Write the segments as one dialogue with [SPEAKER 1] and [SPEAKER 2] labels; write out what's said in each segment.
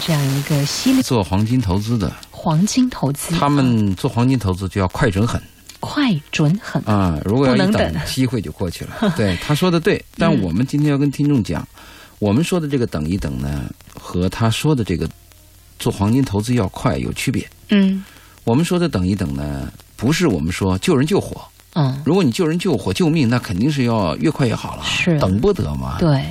[SPEAKER 1] 这样一个犀利
[SPEAKER 2] 做黄金投资的，
[SPEAKER 1] 黄金投资，
[SPEAKER 2] 他们做黄金投资就要快准狠
[SPEAKER 1] 快准狠，
[SPEAKER 2] 啊、如果要
[SPEAKER 1] 不能
[SPEAKER 2] 一等
[SPEAKER 1] 等，嗯
[SPEAKER 2] 机会就过去 了。对，他说的对，但我们今天要跟听众讲，我们说的这个等一等呢，和他说的这个做黄金投资要快有区别。
[SPEAKER 1] 嗯
[SPEAKER 2] 我们说的等一等呢，不是我们说救人救火，
[SPEAKER 1] 嗯，
[SPEAKER 2] 如果你救人救火救命，那肯定是要越快越好了，
[SPEAKER 1] 是
[SPEAKER 2] 等不得嘛。
[SPEAKER 1] 对，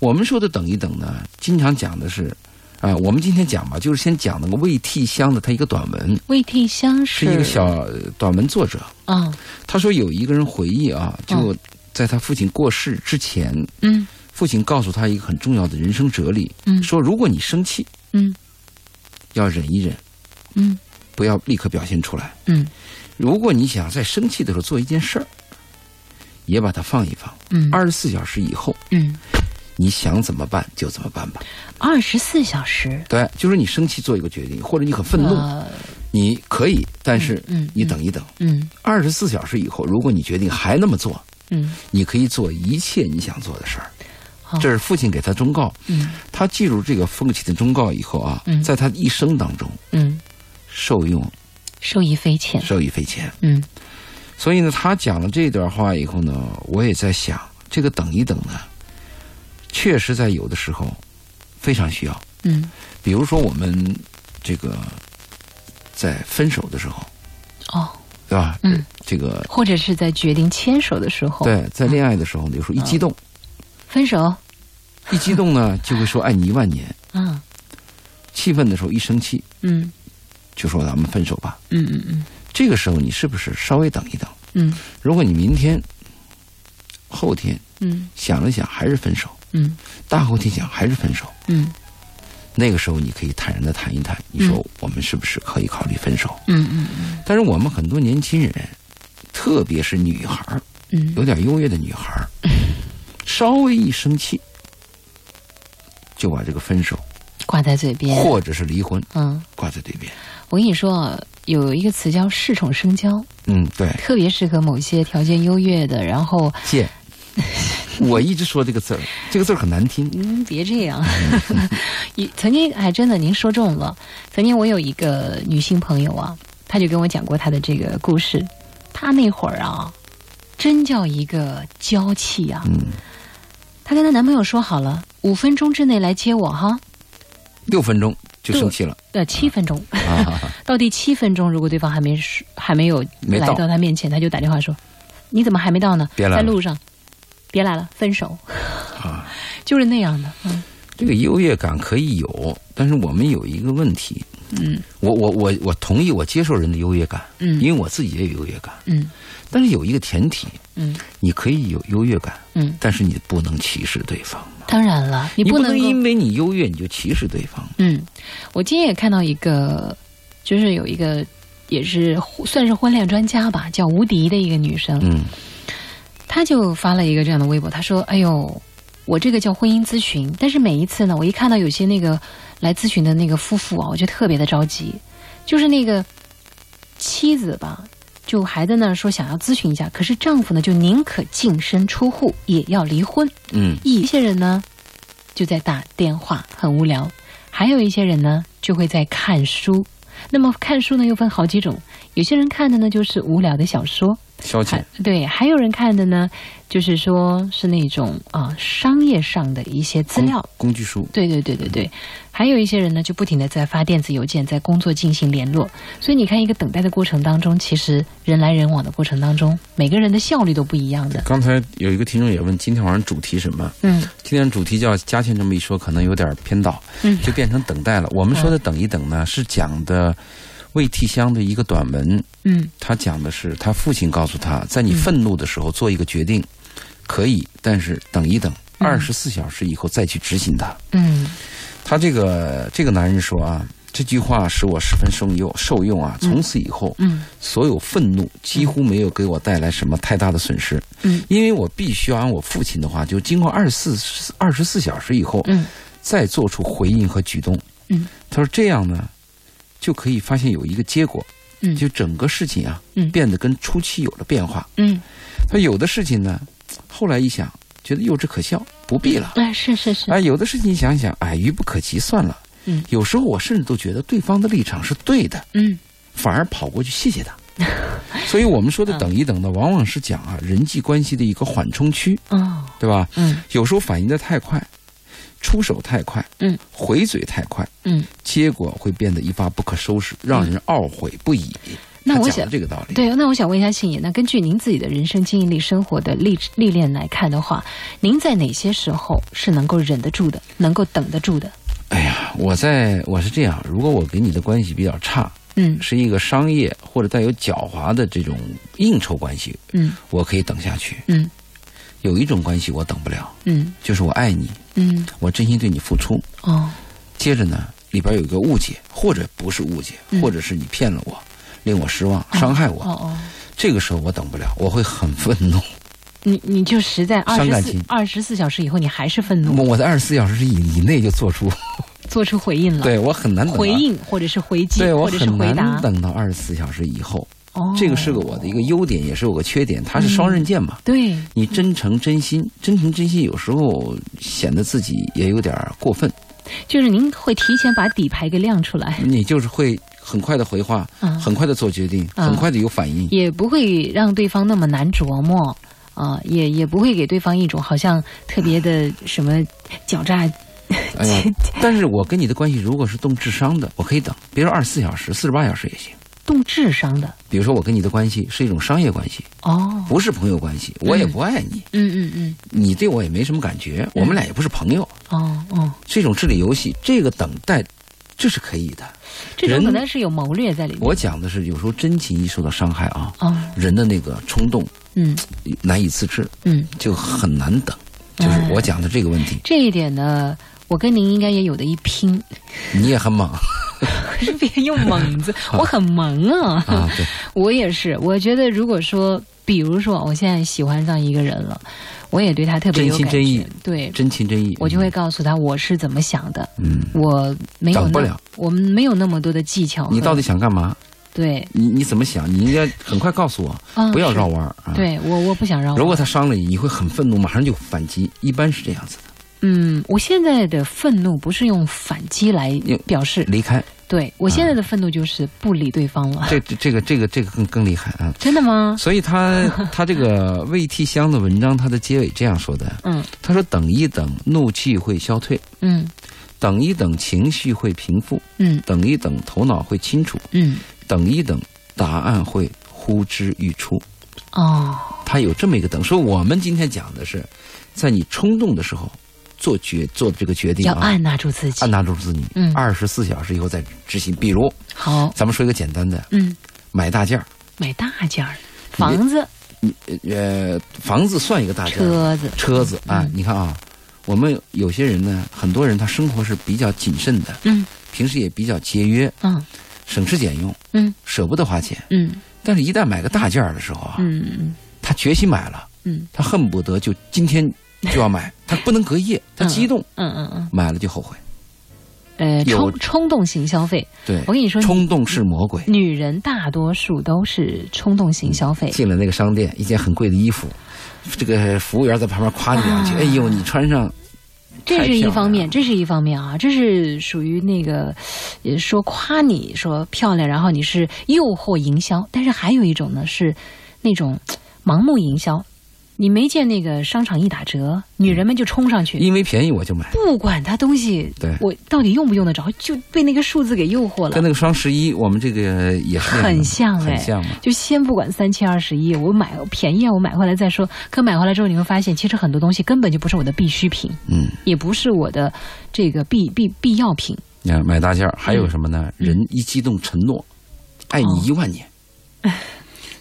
[SPEAKER 2] 我们说的等一等呢，经常讲的是，啊、我们今天讲吧，就是先讲那个魏替香的他一个短文，
[SPEAKER 1] 魏替香
[SPEAKER 2] 是一个小呃短文作者。
[SPEAKER 1] 啊
[SPEAKER 2] 他说有一个人回忆啊，就在他父亲过世之前，
[SPEAKER 1] 嗯
[SPEAKER 2] 父亲告诉他一个很重要的人生哲理，
[SPEAKER 1] 嗯
[SPEAKER 2] 说如果你生气，
[SPEAKER 1] 嗯
[SPEAKER 2] 要忍一忍，
[SPEAKER 1] 嗯
[SPEAKER 2] 不要立刻表现出来。
[SPEAKER 1] 嗯
[SPEAKER 2] 如果你想在生气的时候做一件事儿，也把它放一放。
[SPEAKER 1] 嗯
[SPEAKER 2] 二十四小时以后，
[SPEAKER 1] 嗯，
[SPEAKER 2] 你想怎么办就怎么办吧。
[SPEAKER 1] 二十四小时
[SPEAKER 2] 对，就是你生气做一个决定，或者你很愤怒，
[SPEAKER 1] 呃
[SPEAKER 2] 你可以，但是
[SPEAKER 1] 嗯嗯
[SPEAKER 2] 你等一等，
[SPEAKER 1] 嗯
[SPEAKER 2] 二十四小时以后，如果你决定还那么做，
[SPEAKER 1] 嗯
[SPEAKER 2] 你可以做一切你想做的事儿
[SPEAKER 1] 好。
[SPEAKER 2] 这是父亲给他忠告，
[SPEAKER 1] 嗯
[SPEAKER 2] 他记住这个父亲的忠告以后啊，
[SPEAKER 1] 嗯
[SPEAKER 2] 在他一生当中
[SPEAKER 1] 嗯，
[SPEAKER 2] 受用
[SPEAKER 1] 受益匪浅，
[SPEAKER 2] 受益匪浅。
[SPEAKER 1] 嗯
[SPEAKER 2] 所以呢，他讲了这段话以后呢，我也在想，这个等一等呢，确实在有的时候非常需要。
[SPEAKER 1] 嗯
[SPEAKER 2] 比如说我们这个在分手的时候，
[SPEAKER 1] 哦，
[SPEAKER 2] 对吧？
[SPEAKER 1] 嗯，
[SPEAKER 2] 这个
[SPEAKER 1] 或者是在决定牵手的时候，
[SPEAKER 2] 对，在恋爱的时候呢，有时候一激动，
[SPEAKER 1] 嗯分手，
[SPEAKER 2] 一激动呢就会说爱哎你一万年；
[SPEAKER 1] 嗯
[SPEAKER 2] 气愤的时候一生气
[SPEAKER 1] 嗯
[SPEAKER 2] 就说咱们分手吧。
[SPEAKER 1] 嗯嗯嗯
[SPEAKER 2] 这个时候你是不是稍微等一等？
[SPEAKER 1] 嗯
[SPEAKER 2] 如果你明天、后天
[SPEAKER 1] 嗯
[SPEAKER 2] 想了想还是分手，
[SPEAKER 1] 嗯
[SPEAKER 2] 大后天想还是分手，
[SPEAKER 1] 嗯
[SPEAKER 2] 那个时候你可以坦然的谈一谈，你说我们是不是可以考虑分手？
[SPEAKER 1] 嗯
[SPEAKER 2] 但是我们很多年轻人，特别是女孩儿，
[SPEAKER 1] 嗯
[SPEAKER 2] 有点优越的女孩儿，稍微一生气，就把这个分手
[SPEAKER 1] 挂在嘴边，
[SPEAKER 2] 或者是离婚
[SPEAKER 1] 嗯。
[SPEAKER 2] 挂在对面。
[SPEAKER 1] 我跟你说啊，有一个词叫“恃宠生骄
[SPEAKER 2] 嗯，对”，，
[SPEAKER 1] 特别适合某些条件优越的。然后，
[SPEAKER 2] 贱。我一直说这个字儿，这个字儿很难听。
[SPEAKER 1] 嗯，别这样。 你曾经还真的，您说中了。曾经我有一个女性朋友啊，她就跟我讲过她的这个故事。她那会儿啊，真叫一个娇气啊。
[SPEAKER 2] 嗯，
[SPEAKER 1] 她跟她男朋友说好了，五分钟之内来接我哈。
[SPEAKER 2] 六分钟就生气了
[SPEAKER 1] 呃，七分钟，
[SPEAKER 2] 啊！
[SPEAKER 1] 到第七分钟，如果对方还没是还没有
[SPEAKER 2] 没
[SPEAKER 1] 来
[SPEAKER 2] 到
[SPEAKER 1] 到他面前，他就打电话说：“你怎么还没到呢？
[SPEAKER 2] 别来
[SPEAKER 1] 在
[SPEAKER 2] 了
[SPEAKER 1] 路上，别来了，分手。”
[SPEAKER 2] 啊，
[SPEAKER 1] 就是那样的。嗯
[SPEAKER 2] 这个优越感可以有，但是我们有一个问题，
[SPEAKER 1] 嗯
[SPEAKER 2] 我我我我同意，我接受人的优越感，
[SPEAKER 1] 嗯
[SPEAKER 2] 因为我自己也有优越感。
[SPEAKER 1] 嗯
[SPEAKER 2] 但是有一个前提，
[SPEAKER 1] 嗯
[SPEAKER 2] 你可以有优越感，
[SPEAKER 1] 嗯，
[SPEAKER 2] 但是你不能歧视对方嘛。
[SPEAKER 1] 当然了，你
[SPEAKER 2] 你
[SPEAKER 1] 不能够
[SPEAKER 2] 因为你优越你就歧视对方。
[SPEAKER 1] 嗯。我今天也看到一个，就是有一个也是算是婚恋专家吧，叫吴迪的一个女生，
[SPEAKER 2] 嗯
[SPEAKER 1] 她就发了一个这样的微博，她说：“哎呦。”我这个叫婚姻咨询，但是每一次呢，我一看到有些那个来咨询的那个夫妇啊，我就特别的着急，就是那个妻子吧，就还在那儿说想要咨询一下，可是丈夫呢就宁可净身出户也要离婚，
[SPEAKER 2] 嗯，
[SPEAKER 1] 一些人呢就在打电话，很无聊；还有一些人呢就会在看书。那么看书呢又分好几种，有些人看的呢就是无聊的小说，
[SPEAKER 2] 消
[SPEAKER 1] 还对，还有人看的呢就是说是那种啊、商业上的一些资
[SPEAKER 2] 工
[SPEAKER 1] 料。
[SPEAKER 2] 工具书。
[SPEAKER 1] 对对对对对，还有一些人呢，就不停的在发电子邮件，在工作进行联络。所以你看，一个等待的过程当中，其实人来人往的过程当中，每个人的效率都不一样的。
[SPEAKER 2] 刚才有一个听众也问，今天晚上主题什么？
[SPEAKER 1] 嗯
[SPEAKER 2] 今天主题叫“嘉倩”，这么一说可能有点偏导，
[SPEAKER 1] 嗯
[SPEAKER 2] 就变成等待了。我们说的“等一等”呢，是讲的魏替香的一个短文，
[SPEAKER 1] 嗯
[SPEAKER 2] 他讲的是他父亲告诉他，在你愤怒的时候做一个决定，可以，但是等一等，
[SPEAKER 1] 嗯
[SPEAKER 2] 二十四小时以后再去执行它。
[SPEAKER 1] 嗯
[SPEAKER 2] 他这个这个男人说啊，这句话使我十分受用受用啊！从此以后，
[SPEAKER 1] 嗯
[SPEAKER 2] 所有愤怒几乎没有给我带来什么太大的损失，
[SPEAKER 1] 嗯
[SPEAKER 2] 因为我必须按我父亲的话，就经过二十四二十四小时以后，
[SPEAKER 1] 嗯
[SPEAKER 2] 再做出回应和举动。
[SPEAKER 1] 嗯，
[SPEAKER 2] 他说这样呢，就可以发现有一个结果，
[SPEAKER 1] 嗯，
[SPEAKER 2] 就整个事情啊，
[SPEAKER 1] 嗯
[SPEAKER 2] 变得跟初期有了变化。
[SPEAKER 1] 嗯
[SPEAKER 2] 他有的事情呢，后来一想，觉得幼稚可笑，不必了。
[SPEAKER 1] 哎是是是
[SPEAKER 2] 啊，有的事情想想，哎，愚不可及，算了。
[SPEAKER 1] 嗯
[SPEAKER 2] 有时候我甚至都觉得对方的立场是对的，
[SPEAKER 1] 嗯
[SPEAKER 2] 反而跑过去谢 谢他。所以我们
[SPEAKER 1] 嗯
[SPEAKER 2] 说的等一等呢，往往是讲啊人际关系的一个缓冲区，
[SPEAKER 1] 哦
[SPEAKER 2] 对吧？
[SPEAKER 1] 嗯
[SPEAKER 2] 有时候反应的太快，出手太快，
[SPEAKER 1] 嗯，
[SPEAKER 2] 回嘴太快，
[SPEAKER 1] 嗯，
[SPEAKER 2] 结果会变得一发不可收拾，让人懊悔不已。
[SPEAKER 1] 那
[SPEAKER 2] 他
[SPEAKER 1] 我
[SPEAKER 2] 讲
[SPEAKER 1] 想
[SPEAKER 2] 了这个道理，
[SPEAKER 1] 对，那我想问一下庆爷，那根据您自己的人生经历、生活的历历练来看的话，您在哪些时候是能够忍得住的，能够等得住的？
[SPEAKER 2] 哎呀，我在我是这样，如果我跟你的关系比较差，
[SPEAKER 1] 嗯
[SPEAKER 2] 是一个商业或者带有狡猾的这种应酬关系，
[SPEAKER 1] 嗯
[SPEAKER 2] 我可以等下去。
[SPEAKER 1] 嗯
[SPEAKER 2] 有一种关系我等不了，
[SPEAKER 1] 嗯
[SPEAKER 2] 就是我爱你，
[SPEAKER 1] 嗯，
[SPEAKER 2] 我真心对你付出。
[SPEAKER 1] 哦，
[SPEAKER 2] 接着呢，里边有一个误解，或者不是误解，或者是你骗了我，令我失望，伤害我。
[SPEAKER 1] 嗯哦哦，
[SPEAKER 2] 这个时候我等不了，我会很愤怒。
[SPEAKER 1] 你你就实在二
[SPEAKER 2] 伤
[SPEAKER 1] 十
[SPEAKER 2] 感
[SPEAKER 1] 四
[SPEAKER 2] 情
[SPEAKER 1] 二十四小时以后，你还是愤怒，
[SPEAKER 2] 我我在二十四小时以以内就做出，
[SPEAKER 1] 做出回应了，
[SPEAKER 2] 对我很难等
[SPEAKER 1] 嗯
[SPEAKER 2] 到
[SPEAKER 1] 回，应或者是回击
[SPEAKER 2] 对我
[SPEAKER 1] 或者是
[SPEAKER 2] 很
[SPEAKER 1] 回
[SPEAKER 2] 难
[SPEAKER 1] 答。
[SPEAKER 2] 等到二十四小时以后。
[SPEAKER 1] 哦，
[SPEAKER 2] 这个是个我的一个优点，也是我个缺点，它是双刃剑嘛。
[SPEAKER 1] 对，
[SPEAKER 2] 你真诚真心，真诚真心有时候显得自己也有点儿过分，
[SPEAKER 1] 就是您会提前把底牌给亮出来，
[SPEAKER 2] 你就是会很快的回话，
[SPEAKER 1] 嗯
[SPEAKER 2] 很快的做决定，
[SPEAKER 1] 嗯
[SPEAKER 2] 很快的有反应。
[SPEAKER 1] 也不会让对方那么难琢磨。啊、也也不会给对方一种好像特别的什么狡诈嗯
[SPEAKER 2] 哎呀，但是我跟你的关系如果是动智商的，我可以等，别说二十四小时，四十八小时也行。
[SPEAKER 1] 动智商的
[SPEAKER 2] 比如说，我跟你的关系是一种商业关系，
[SPEAKER 1] 哦，
[SPEAKER 2] 不是朋友关系，我也不爱你，
[SPEAKER 1] 嗯嗯嗯，
[SPEAKER 2] 你对我也没什么感觉，我们俩也不是朋友，
[SPEAKER 1] 哦哦，
[SPEAKER 2] 这种智力游戏，这个等待，这是可以的。
[SPEAKER 1] 这种
[SPEAKER 2] 人
[SPEAKER 1] 可能是有谋略在里面。
[SPEAKER 2] 我讲的是有时候真情一受到伤害啊，
[SPEAKER 1] 哦，
[SPEAKER 2] 人的那个冲动
[SPEAKER 1] 嗯
[SPEAKER 2] 难以自制，
[SPEAKER 1] 嗯，
[SPEAKER 2] 就很难等。就是
[SPEAKER 1] 哎
[SPEAKER 2] 我讲的这个问题，
[SPEAKER 1] 这一点呢，我跟您应该也有的一拼，
[SPEAKER 2] 你也很猛
[SPEAKER 1] 可是别用猛 字，我很萌啊。
[SPEAKER 2] 啊，对，
[SPEAKER 1] 我也是，我觉得如果说，比如说我现在喜欢上一个人了，我也对他特别有
[SPEAKER 2] 真心
[SPEAKER 1] 感觉，
[SPEAKER 2] 真意
[SPEAKER 1] 对。
[SPEAKER 2] 真情真意，
[SPEAKER 1] 我就会告诉他我是怎么想的，
[SPEAKER 2] 嗯，
[SPEAKER 1] 我没有
[SPEAKER 2] 等不
[SPEAKER 1] 那
[SPEAKER 2] 了
[SPEAKER 1] 我们没有那么多的技巧和。
[SPEAKER 2] 你到底想干嘛？
[SPEAKER 1] 对，
[SPEAKER 2] 你你怎么想？你应该很快告诉我，
[SPEAKER 1] 嗯
[SPEAKER 2] 不要
[SPEAKER 1] 是
[SPEAKER 2] 绕弯儿啊。，
[SPEAKER 1] 对我，我不想让我。
[SPEAKER 2] 如果他伤了你，你会很愤怒，马上就反击，一般是这样子的，
[SPEAKER 1] 嗯，我现在的愤怒不是用反击来
[SPEAKER 2] 用
[SPEAKER 1] 表示，
[SPEAKER 2] 离开。
[SPEAKER 1] 对我现在的愤怒就是不理对方了。
[SPEAKER 2] 这这这个这个这个更更厉害啊！
[SPEAKER 1] 真的吗？
[SPEAKER 2] 所以他 他这个魏替香的文章，他的结尾这样说的，
[SPEAKER 1] 嗯
[SPEAKER 2] 他说：“等一等，怒气会消退；
[SPEAKER 1] 嗯
[SPEAKER 2] 等一等，情绪会平复；
[SPEAKER 1] 嗯
[SPEAKER 2] 等一等，头脑会清楚；
[SPEAKER 1] 嗯，
[SPEAKER 2] 等一等，答案会呼之欲出。”
[SPEAKER 1] 哦，
[SPEAKER 2] 他有这么一个等。所以我们今天讲的是，在你冲动的时候做决做这个决定
[SPEAKER 1] 要
[SPEAKER 2] 啊，
[SPEAKER 1] 按捺住自己
[SPEAKER 2] 按。捺住自己，
[SPEAKER 1] 嗯
[SPEAKER 2] 二十四小时以后再执行。比如，
[SPEAKER 1] 好，
[SPEAKER 2] 咱们说一个简单的，
[SPEAKER 1] 嗯，
[SPEAKER 2] 买大件儿，
[SPEAKER 1] 买大件儿，房子、
[SPEAKER 2] 呃，房子算一个大件儿，
[SPEAKER 1] 车子，
[SPEAKER 2] 车子啊，
[SPEAKER 1] 嗯
[SPEAKER 2] 你看啊。我们有些人呢，很多人他生活是比较谨慎的，
[SPEAKER 1] 嗯
[SPEAKER 2] 平时也比较节约，
[SPEAKER 1] 嗯
[SPEAKER 2] 省吃俭用，
[SPEAKER 1] 嗯
[SPEAKER 2] 舍不得花钱。
[SPEAKER 1] 嗯
[SPEAKER 2] 但是，一旦买个大件儿的时候啊，
[SPEAKER 1] 嗯
[SPEAKER 2] 他决心买了，
[SPEAKER 1] 嗯
[SPEAKER 2] 他恨不得就今天就要 买，他不能隔夜，他激动，
[SPEAKER 1] 嗯嗯嗯，
[SPEAKER 2] 买了就后悔。
[SPEAKER 1] 呃，
[SPEAKER 2] 有
[SPEAKER 1] 冲冲动型消费，
[SPEAKER 2] 对
[SPEAKER 1] 我，跟你说，
[SPEAKER 2] 冲动是魔鬼。
[SPEAKER 1] 女人大多数都是冲动型消费。
[SPEAKER 2] 进了那个商店，一件很贵的衣服，这个服务员在旁边夸你两句：“
[SPEAKER 1] 啊
[SPEAKER 2] 哎呦，你穿上
[SPEAKER 1] 这是一方面，
[SPEAKER 2] 太漂
[SPEAKER 1] 这
[SPEAKER 2] 亮了
[SPEAKER 1] 是一方面啊，这是属于那个，呃，说夸你说漂亮，然后你是诱惑营销，但是还有一种呢是那种嘖盲目营销，你没见那个商场一打折，女人们就冲上去，
[SPEAKER 2] 因为便宜我就买。
[SPEAKER 1] 不管它东西
[SPEAKER 2] 嗯对
[SPEAKER 1] 我到底用不用得着，就被那个数字给诱惑”
[SPEAKER 2] 跟
[SPEAKER 1] 了。
[SPEAKER 2] 那个双十一，我们这个也是这样的
[SPEAKER 1] 很像哎
[SPEAKER 2] 很像嘛。
[SPEAKER 1] 就先不管三七二十一，我买便宜啊，我买回来再说。可买回来之后，你会发现，其实很多东西根本就不是我的必需品，
[SPEAKER 2] 嗯，
[SPEAKER 1] 也不是我的这个必必必要品。
[SPEAKER 2] 你看呃买大件儿
[SPEAKER 1] 嗯
[SPEAKER 2] 还有什么呢？人一激动承诺，爱
[SPEAKER 1] 哦
[SPEAKER 2] 你一万年。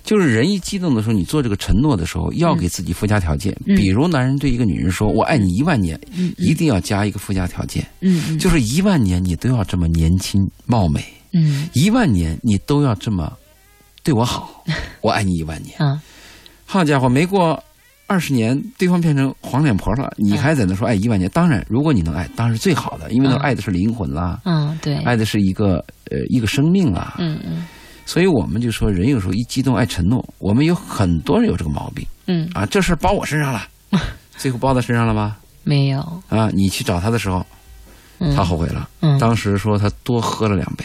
[SPEAKER 2] 就是人一激动的时候，你做这个承诺的时候，要给自己附加条件。
[SPEAKER 1] 嗯
[SPEAKER 2] 比如，男人对一个女人说“我爱你一万年”，一定要加一个附加条件，
[SPEAKER 1] 嗯嗯
[SPEAKER 2] 就是一万年你都要这么年轻貌美，
[SPEAKER 1] 嗯
[SPEAKER 2] 一万年你都要这么对我好，我爱你一万年。
[SPEAKER 1] 啊，
[SPEAKER 2] 好家伙，没过二十年，对方变成黄脸婆了，
[SPEAKER 1] 嗯
[SPEAKER 2] 你还在那说爱一万年？当然，如果你能爱，当然是最好的，因为那
[SPEAKER 1] 嗯
[SPEAKER 2] 爱的是灵魂啦，
[SPEAKER 1] 嗯，对，
[SPEAKER 2] 爱的是一个呃一个生命啦。
[SPEAKER 1] 嗯嗯
[SPEAKER 2] 所以我们就说，人有时候一激动爱承诺，我们有很多人有这个毛病
[SPEAKER 1] 嗯，
[SPEAKER 2] 啊，这事儿 包我身上了，最后包到身上了吗？
[SPEAKER 1] 没有，
[SPEAKER 2] 啊，你去找他的时候，
[SPEAKER 1] 嗯
[SPEAKER 2] 他后悔了，
[SPEAKER 1] 嗯
[SPEAKER 2] 当时说他多喝了两杯。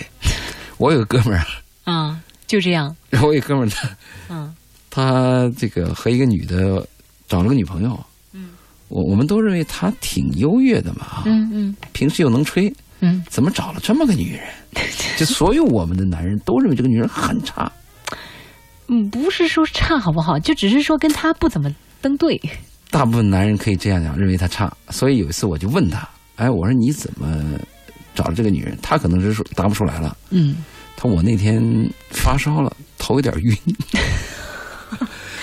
[SPEAKER 2] 我有个哥们儿，
[SPEAKER 1] 啊，就这样，
[SPEAKER 2] 我有个哥们儿，他
[SPEAKER 1] 嗯
[SPEAKER 2] 他这个和一个女的找了个女朋友，
[SPEAKER 1] 嗯，
[SPEAKER 2] 我我们都认为他挺优越的嘛，啊，
[SPEAKER 1] 嗯嗯
[SPEAKER 2] 平时又能吹，
[SPEAKER 1] 嗯，
[SPEAKER 2] 怎么找了这么个女人？ 就所有我们的男人都认为这个女人很差，
[SPEAKER 1] 嗯，不是说差好不好，就只是说跟他不怎么登对。
[SPEAKER 2] 大部分男人可以这样讲，认为她差。所以有一次我就问他，哎，我说你怎么找了这个女人？他可能是说答不出来了。
[SPEAKER 1] 嗯，
[SPEAKER 2] 他说我那天发烧了，头有点晕。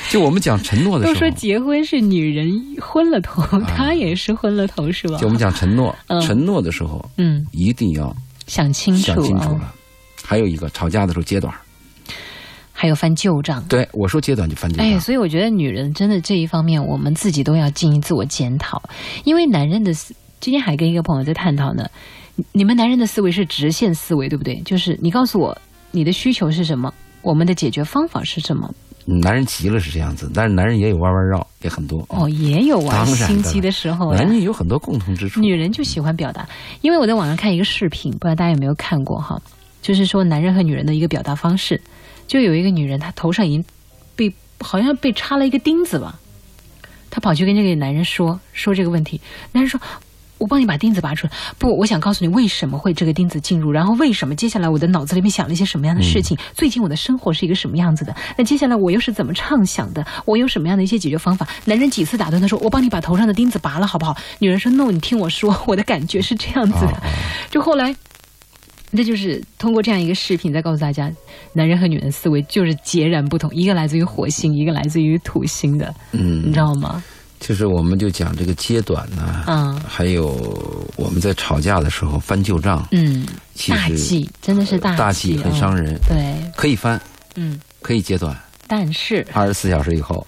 [SPEAKER 2] 就我们讲承诺的
[SPEAKER 1] 都
[SPEAKER 2] 时
[SPEAKER 1] 说
[SPEAKER 2] 候，
[SPEAKER 1] 结婚是女人昏了头，他也是昏了头，是吧
[SPEAKER 2] 就？我们讲承诺，
[SPEAKER 1] 嗯
[SPEAKER 2] 承诺的时候
[SPEAKER 1] 嗯，
[SPEAKER 2] 一定要
[SPEAKER 1] 想清楚
[SPEAKER 2] 想清楚
[SPEAKER 1] 啊，
[SPEAKER 2] 了。还有一个吵架的时候揭短儿，
[SPEAKER 1] 还有翻旧账。
[SPEAKER 2] 对我说揭短就翻旧
[SPEAKER 1] 哎，
[SPEAKER 2] 账，
[SPEAKER 1] 所以我觉得女人真的这一方面，我们自己都要进行自我检讨，因为男人的思，今天还跟一个朋友在探讨呢，你你们男人的思维是直线思维，对不对？就是你告诉我你的需求是什么，我们的解决方法是什么。
[SPEAKER 2] 男人急了是这样子，但是男人也有弯弯绕，也很多。
[SPEAKER 1] 哦，也有玩
[SPEAKER 2] 当然
[SPEAKER 1] 心机的时候啊，
[SPEAKER 2] 男女有很多共同之处。
[SPEAKER 1] 女人就喜欢表达。因为我在网上看一个视频，不知道大家有没有看过哈，就是说男人和女人的一个表达方式，就有一个女人她头上已经被好像被插了一个钉子吧，她跑去跟这个男人说说这个问题，男人说。我帮你把钉子拔出来。不，我想告诉你为什么会这个钉子进入，然后为什么接下来我的脑子里面想了一些什么样的事情，最近我的生活是一个什么样子的，那接下来我又是怎么畅想的，我有什么样的一些解决方法？男人几次打断他说：“我帮你把头上的钉子拔了，好不好？”女人说：“No，你听我说，我的感觉是这样子的。
[SPEAKER 2] 啊啊
[SPEAKER 1] 就后来。这就是通过这样一个视频在告诉大家，男人和女人思维就是截然不同，一个来自于火星，一个来自于土星的，
[SPEAKER 2] 嗯
[SPEAKER 1] 你知，道吗？
[SPEAKER 2] 就是我们就讲这个啊揭短呐、
[SPEAKER 1] 嗯
[SPEAKER 2] 还有我们在吵架的时候翻旧账，
[SPEAKER 1] 嗯，
[SPEAKER 2] 其
[SPEAKER 1] 大
[SPEAKER 2] 实
[SPEAKER 1] 忌真的是大忌，嗯
[SPEAKER 2] 大忌很伤
[SPEAKER 1] 人。
[SPEAKER 2] 人，
[SPEAKER 1] 对，
[SPEAKER 2] 可以翻，
[SPEAKER 1] 嗯，
[SPEAKER 2] 可以揭 短，
[SPEAKER 1] 但是，
[SPEAKER 2] 二十四小时 以后，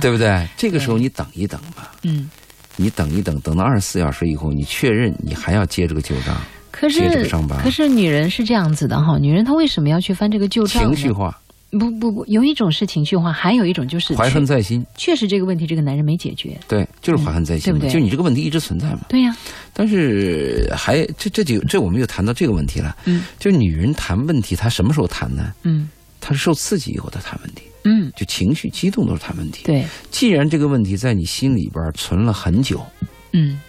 [SPEAKER 2] 对不对？这个时候你等一等吧，
[SPEAKER 1] 嗯，
[SPEAKER 2] 你等一等，等到二十四小时以后，你确认你还要揭这个旧账，
[SPEAKER 1] 可
[SPEAKER 2] 接这
[SPEAKER 1] 是
[SPEAKER 2] 个伤疤
[SPEAKER 1] 可是女人是这样子的哈，女人她为什么要去翻这个旧账呢？
[SPEAKER 2] 情绪化，
[SPEAKER 1] 不不不，有一种是情绪化，还有一种就是
[SPEAKER 2] 怀恨
[SPEAKER 1] 确
[SPEAKER 2] 在心，
[SPEAKER 1] 确实这个问题这个男人没解决。
[SPEAKER 2] 对，就是怀恨在心嘛，
[SPEAKER 1] 嗯对不对
[SPEAKER 2] 就你这个问题一直存在嘛。
[SPEAKER 1] 对呀、
[SPEAKER 2] 但是还这这就这我们又谈到这个问题了，
[SPEAKER 1] 嗯
[SPEAKER 2] 就是女人谈问题，她什么时候谈呢？
[SPEAKER 1] 嗯
[SPEAKER 2] 她是受刺激以后她谈问题，
[SPEAKER 1] 嗯，
[SPEAKER 2] 就情绪激动都是谈问题。
[SPEAKER 1] 对，
[SPEAKER 2] 既然这个问题在你心里边存了很久，
[SPEAKER 1] 嗯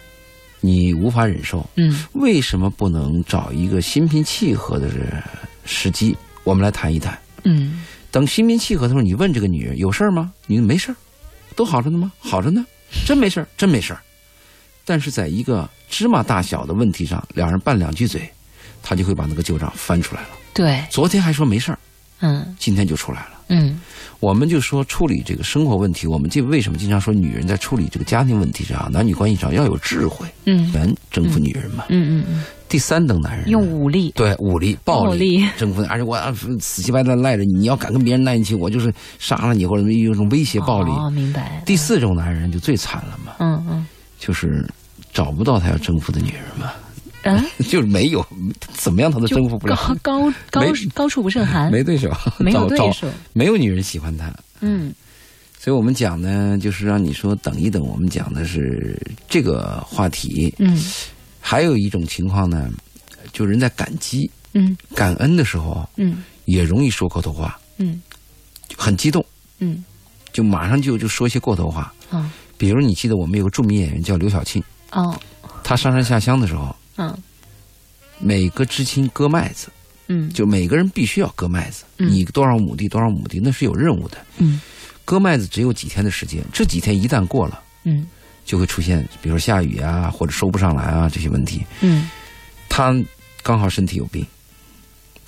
[SPEAKER 2] 你无法忍受，
[SPEAKER 1] 嗯
[SPEAKER 2] 为什么不能找一个心平气和的时机，我们来谈一谈？
[SPEAKER 1] 嗯
[SPEAKER 2] 等心平气和的时候，你问这个女人有事儿吗？你没事儿，都好着呢吗？好着呢，真没事儿，真没事儿。但是在一个芝麻大小的问题上，两人拌两句嘴，他就会把那个旧账翻出来了。
[SPEAKER 1] 对，
[SPEAKER 2] 昨天还说没事儿，
[SPEAKER 1] 嗯
[SPEAKER 2] 今天就出来了。
[SPEAKER 1] 嗯
[SPEAKER 2] 我们就说处理这个生活问题，我们这为什么经常说女人在处理这个家庭问题上、男女关系上要有智慧，
[SPEAKER 1] 嗯嗯
[SPEAKER 2] 能征服女人嘛？
[SPEAKER 1] 嗯嗯，
[SPEAKER 2] 第三等男人呢
[SPEAKER 1] 用武力，
[SPEAKER 2] 对武力、暴
[SPEAKER 1] 暴力
[SPEAKER 2] 征服，而且我啊死乞白赖赖着你，你要敢跟别人在一起，我就是杀了你或者有一种威胁暴力。
[SPEAKER 1] 哦，明白。
[SPEAKER 2] 第四种男人就最惨了嘛，
[SPEAKER 1] 嗯嗯
[SPEAKER 2] 就是找不到他要征服的女人嘛，
[SPEAKER 1] 嗯，
[SPEAKER 2] 就是没有怎么样他都哎征服不了，
[SPEAKER 1] 高高高
[SPEAKER 2] 没
[SPEAKER 1] 高处不胜寒，
[SPEAKER 2] 没对手，
[SPEAKER 1] 没有
[SPEAKER 2] 找
[SPEAKER 1] 对
[SPEAKER 2] 找
[SPEAKER 1] 手。
[SPEAKER 2] 没有女人喜欢他。
[SPEAKER 1] 嗯
[SPEAKER 2] 所以我们讲呢，就是让你说等一等。我们讲的是这个话题，
[SPEAKER 1] 嗯
[SPEAKER 2] 还有一种情况呢，就人在感激、
[SPEAKER 1] 嗯
[SPEAKER 2] 感恩的时候，
[SPEAKER 1] 嗯
[SPEAKER 2] 也容易说口头话，
[SPEAKER 1] 嗯
[SPEAKER 2] 很激动，
[SPEAKER 1] 嗯
[SPEAKER 2] 就马上就就说一些过头话。
[SPEAKER 1] 嗯
[SPEAKER 2] 比如你记得我们有个著名演员叫刘晓庆，
[SPEAKER 1] 哦
[SPEAKER 2] 她上山下乡的时候，
[SPEAKER 1] 嗯
[SPEAKER 2] 每个知青割麦子，
[SPEAKER 1] 嗯
[SPEAKER 2] 就每个人必须要割麦子，
[SPEAKER 1] 嗯
[SPEAKER 2] 你多少亩地多少亩地，那是有任务的。
[SPEAKER 1] 嗯
[SPEAKER 2] 割麦子只有几天的时间，这几天一旦过了，
[SPEAKER 1] 嗯
[SPEAKER 2] 就会出现比如说下雨啊，或者收不上来啊这些问题。
[SPEAKER 1] 嗯
[SPEAKER 2] 他刚好身体有病，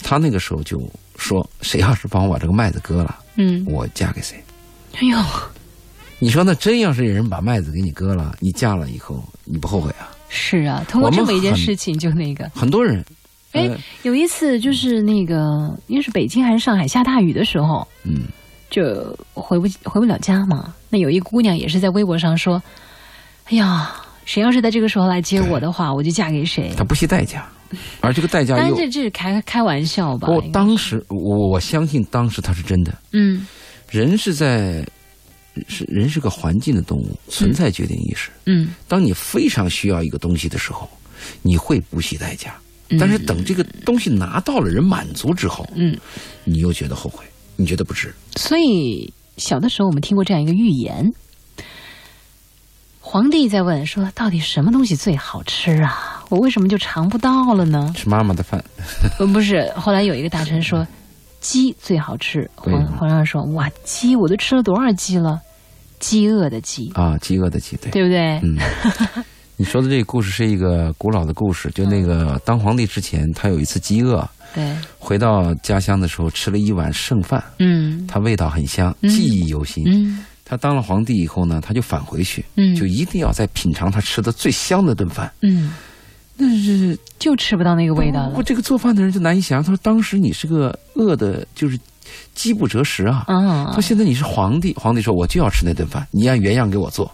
[SPEAKER 2] 他那个时候就说：“谁要是帮我把这个麦子割了，
[SPEAKER 1] 嗯，
[SPEAKER 2] 我嫁给谁
[SPEAKER 1] 哎呦，？”
[SPEAKER 2] 你说那真要是有人把麦子给你割了，你嫁了以后你不后悔啊？
[SPEAKER 1] 是啊，通过这么一件事情就那个。
[SPEAKER 2] 很多人，
[SPEAKER 1] 哎
[SPEAKER 2] 呃
[SPEAKER 1] 有一次就是那个，因为是北京还是上海下大雨的时候，
[SPEAKER 2] 嗯，
[SPEAKER 1] 就回不回不了家嘛。那有一姑娘也是在微博上说：“哎呀，谁要是在这个时候来接我的话，我就嫁给谁。
[SPEAKER 2] 他不惜代价，而这个代”价
[SPEAKER 1] 当然
[SPEAKER 2] 又……
[SPEAKER 1] 这这是开开玩笑吧。
[SPEAKER 2] 我
[SPEAKER 1] 应该
[SPEAKER 2] 当时我我相信当时他是真的。
[SPEAKER 1] 嗯
[SPEAKER 2] 人是在是人是个环境的动物，存在决定意识。
[SPEAKER 1] 嗯
[SPEAKER 2] 当你非常需要一个东西的时候，你会不惜代价。但是等这个东西拿到了，人满足之后，
[SPEAKER 1] 嗯，
[SPEAKER 2] 你又觉得后悔，你觉得不值。
[SPEAKER 1] 所以小的时候我们听过这样一个寓言，皇帝在问说，到底什么东西最好吃啊？我为什么就尝不到了呢？
[SPEAKER 2] 吃妈妈的饭，
[SPEAKER 1] 呃，不是，后来有一个大臣说，鸡最好吃。
[SPEAKER 2] 对
[SPEAKER 1] 皇皇上说，哇，鸡我都吃了多少鸡了？饥饿的饥，
[SPEAKER 2] 啊，饥饿的饥，对。
[SPEAKER 1] 对不对？
[SPEAKER 2] 嗯，你说的这个故事是一个古老的故事，就那
[SPEAKER 1] 嗯
[SPEAKER 2] 个当皇帝之前，他有一次饥饿，
[SPEAKER 1] 对，
[SPEAKER 2] 回到家乡的时候吃了一碗剩饭，
[SPEAKER 1] 嗯
[SPEAKER 2] 他味道很香，
[SPEAKER 1] 嗯
[SPEAKER 2] 记忆犹新。
[SPEAKER 1] 嗯
[SPEAKER 2] 他当了皇帝以后呢，他就返回去，
[SPEAKER 1] 嗯，
[SPEAKER 2] 就一定要再品尝他吃的最香的顿饭。
[SPEAKER 1] 嗯，
[SPEAKER 2] 那是
[SPEAKER 1] 就吃不到那个味道
[SPEAKER 2] 不
[SPEAKER 1] 了
[SPEAKER 2] 过。这个做饭的人就难以想象，他说当时你是个饿的，就是饥不择食啊。
[SPEAKER 1] 啊
[SPEAKER 2] 他，现在你是皇帝，皇帝说我就要吃那顿饭，你按原样给我做，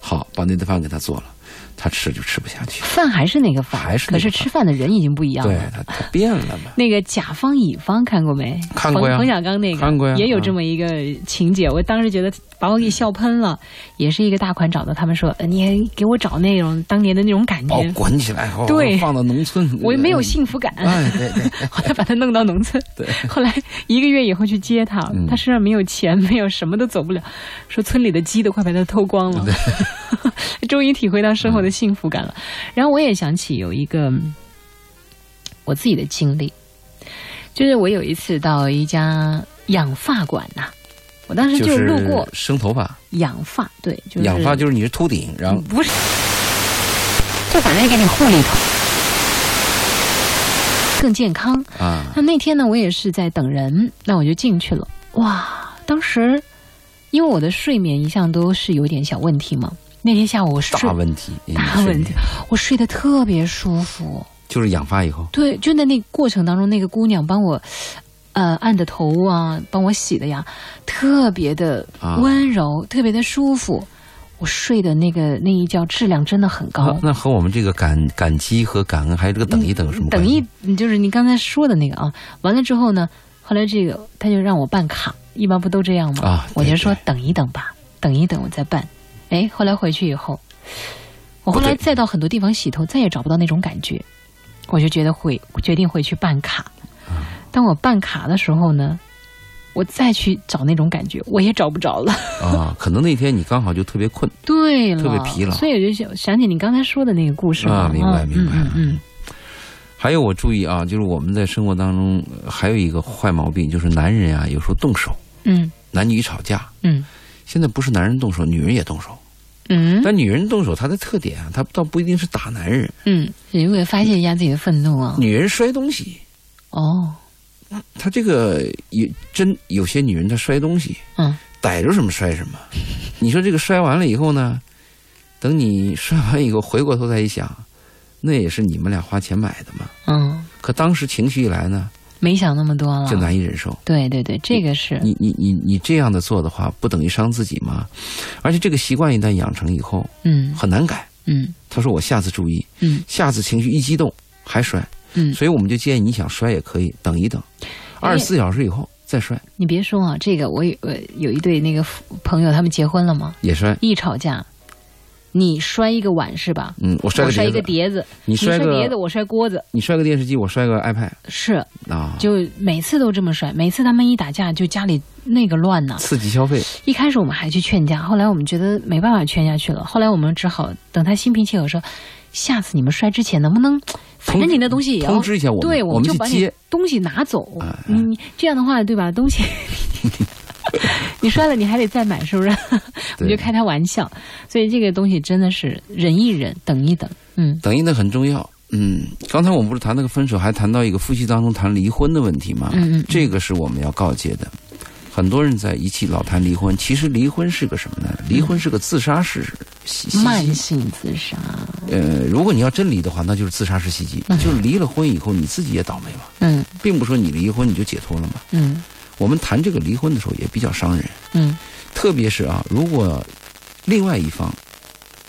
[SPEAKER 2] 好，把那顿饭给他做了，他吃就吃不下去，
[SPEAKER 1] 饭还是那个饭，
[SPEAKER 2] 还是那
[SPEAKER 1] 可是
[SPEAKER 2] 个饭
[SPEAKER 1] 吃饭的人已经不一样
[SPEAKER 2] 对
[SPEAKER 1] 了。
[SPEAKER 2] 他他变了 嘛。
[SPEAKER 1] 那个甲方乙方看过没？
[SPEAKER 2] 看过呀
[SPEAKER 1] 冯冯小刚那个
[SPEAKER 2] 看过呀嗯
[SPEAKER 1] 也有这么一个情节，我当时觉得把我给笑喷了。也是一个大款找到他们说，呃你给我找那种当年的那种感
[SPEAKER 2] 把我
[SPEAKER 1] 觉，
[SPEAKER 2] 滚起来，哦
[SPEAKER 1] 对
[SPEAKER 2] 放到农村，
[SPEAKER 1] 我没有幸福 感。
[SPEAKER 2] 哎，对对，
[SPEAKER 1] 后来把他弄到农村，
[SPEAKER 2] 对
[SPEAKER 1] 后来一个月以后去接他，
[SPEAKER 2] 嗯
[SPEAKER 1] 他身上没有钱， 没有什么都走不了，说村里的鸡都快把他偷光了， 终于体会到生活的幸福感了。然后我也想起有一个嗯我自己的经历，就是我有一次到一家养发馆呐、我当时
[SPEAKER 2] 就
[SPEAKER 1] 就是路过
[SPEAKER 2] 生头发，
[SPEAKER 1] 养发，对，就是
[SPEAKER 2] 养发就是你是秃顶，然后
[SPEAKER 1] 不是，就反正给你护理头，更健康。
[SPEAKER 2] 啊，
[SPEAKER 1] 那那天呢，我也是在等人，那我就进去了。哇，当时因为我的睡眠一向都是有点小问题嘛，那天下午我睡
[SPEAKER 2] 大问题，
[SPEAKER 1] 大问题，我睡得特别舒服。
[SPEAKER 2] 就是养发以后，
[SPEAKER 1] 对，就在那个过程当中，那个姑娘帮我。呃，按的头啊，帮我洗的呀，特别的
[SPEAKER 2] 啊
[SPEAKER 1] 温柔，特别的舒服。我睡的那个那一觉质量真的很高
[SPEAKER 2] 啊。那和我们这个感感激和感恩，还有这个等一等有什么
[SPEAKER 1] 嗯
[SPEAKER 2] 关
[SPEAKER 1] 等
[SPEAKER 2] 系？
[SPEAKER 1] 一，就是你刚才说的那个啊。完了之后呢，后来这个他就让我办卡，一般不都这样吗？
[SPEAKER 2] 啊
[SPEAKER 1] 我就说
[SPEAKER 2] 对
[SPEAKER 1] 等一等吧，等一等我再办。哎，后来回去以后，我后来
[SPEAKER 2] 不对
[SPEAKER 1] 再到很多地方洗头，再也找不到那种感觉，我就觉得会决定回去办卡。
[SPEAKER 2] 嗯
[SPEAKER 1] 当我办卡的时候呢，我再去找那种感觉，我也找不 着了。
[SPEAKER 2] 啊，可能那天你刚好就特别困
[SPEAKER 1] 对了，
[SPEAKER 2] 特别疲劳
[SPEAKER 1] 所以我就想想起你刚才说的那个故事了
[SPEAKER 2] 啊，明白
[SPEAKER 1] 嗯
[SPEAKER 2] 明白
[SPEAKER 1] 嗯嗯嗯，
[SPEAKER 2] 还有我注意啊，就是我们在生活当中呃还有一个坏毛病，就是男人啊有时候动手，
[SPEAKER 1] 嗯
[SPEAKER 2] 男女吵架，
[SPEAKER 1] 嗯
[SPEAKER 2] 现在不是男人动手，女人也动手。
[SPEAKER 1] 嗯。
[SPEAKER 2] 但女人动手，她的特点啊，她倒不一定是打男人，
[SPEAKER 1] 嗯，也为发泄一下自己的愤怒啊。
[SPEAKER 2] 女人摔东西，
[SPEAKER 1] 哦，
[SPEAKER 2] 她这个也真有些女人她摔东西，
[SPEAKER 1] 嗯，
[SPEAKER 2] 逮着什么摔什么。你说这个摔完了以后呢，等你摔完以后回过头再一想，那也是你们俩花钱买的嘛。
[SPEAKER 1] 嗯，
[SPEAKER 2] 可当时情绪一来呢，
[SPEAKER 1] 没想那么多了
[SPEAKER 2] 就。难以忍受。
[SPEAKER 1] 对对对，这个是，
[SPEAKER 2] 你你你你这样的做的话，不等于伤自己吗？而且这个习惯一旦养成以后，
[SPEAKER 1] 嗯
[SPEAKER 2] 很难改。
[SPEAKER 1] 嗯
[SPEAKER 2] 他说我下次注意，
[SPEAKER 1] 嗯
[SPEAKER 2] 下次情绪一激动还摔，
[SPEAKER 1] 嗯。哎
[SPEAKER 2] 所以我们就建议你想摔也可以等一等，二十四小时以后再摔
[SPEAKER 1] 你别说啊，这个我有呃有一对那个夫朋友，他们结婚了嘛，
[SPEAKER 2] 也摔。
[SPEAKER 1] 一吵架，你摔一个碗是吧？
[SPEAKER 2] 嗯，我摔
[SPEAKER 1] 我
[SPEAKER 2] 个
[SPEAKER 1] 摔
[SPEAKER 2] 碟
[SPEAKER 1] 一个
[SPEAKER 2] 子，
[SPEAKER 1] 碟子，
[SPEAKER 2] 你
[SPEAKER 1] 你
[SPEAKER 2] 摔个
[SPEAKER 1] 碟子，我摔锅子，
[SPEAKER 2] 你摔个电视机，我摔个 iPad
[SPEAKER 1] 是，
[SPEAKER 2] 啊，
[SPEAKER 1] 就每次都这么摔，每次他们一打架就家里那个乱呐。
[SPEAKER 2] 刺激消费。
[SPEAKER 1] 一开始我们还去劝架，后来我们觉得没办法劝下去了，后来我们只好等他心平气和说，下次你们摔之前能不能，反正你那东西也要
[SPEAKER 2] 通知一下我们，
[SPEAKER 1] 对，
[SPEAKER 2] 我
[SPEAKER 1] 们就
[SPEAKER 2] 去
[SPEAKER 1] 把你
[SPEAKER 2] 接。
[SPEAKER 1] 东西拿走
[SPEAKER 2] 哎。
[SPEAKER 1] 你你这样的话，对吧？东 西你摔了，你还得再买， 是不是？我
[SPEAKER 2] 对
[SPEAKER 1] 就开他玩笑。所以这个东西真的是忍一忍，等一等。嗯
[SPEAKER 2] 等一等很重要。嗯，刚才我们不是谈那个分手，还谈到一个夫妻当中谈离婚的问题吗？
[SPEAKER 1] 嗯嗯
[SPEAKER 2] 这个是我们要告诫的。很多人在一起老谈离婚，其实离婚是个什么呢？离婚是个自杀式袭
[SPEAKER 1] 嗯
[SPEAKER 2] 袭
[SPEAKER 1] 慢
[SPEAKER 2] 击。
[SPEAKER 1] 性自杀，
[SPEAKER 2] 呃，如果你要真离的话，那就是自杀式袭击，就是离了婚以后你自己也倒霉嘛，
[SPEAKER 1] 嗯
[SPEAKER 2] 并不是说你离婚你就解脱了嘛。
[SPEAKER 1] 嗯
[SPEAKER 2] 我们谈这个离婚的时候也比较伤人，
[SPEAKER 1] 嗯
[SPEAKER 2] 特别是啊，如果另外一方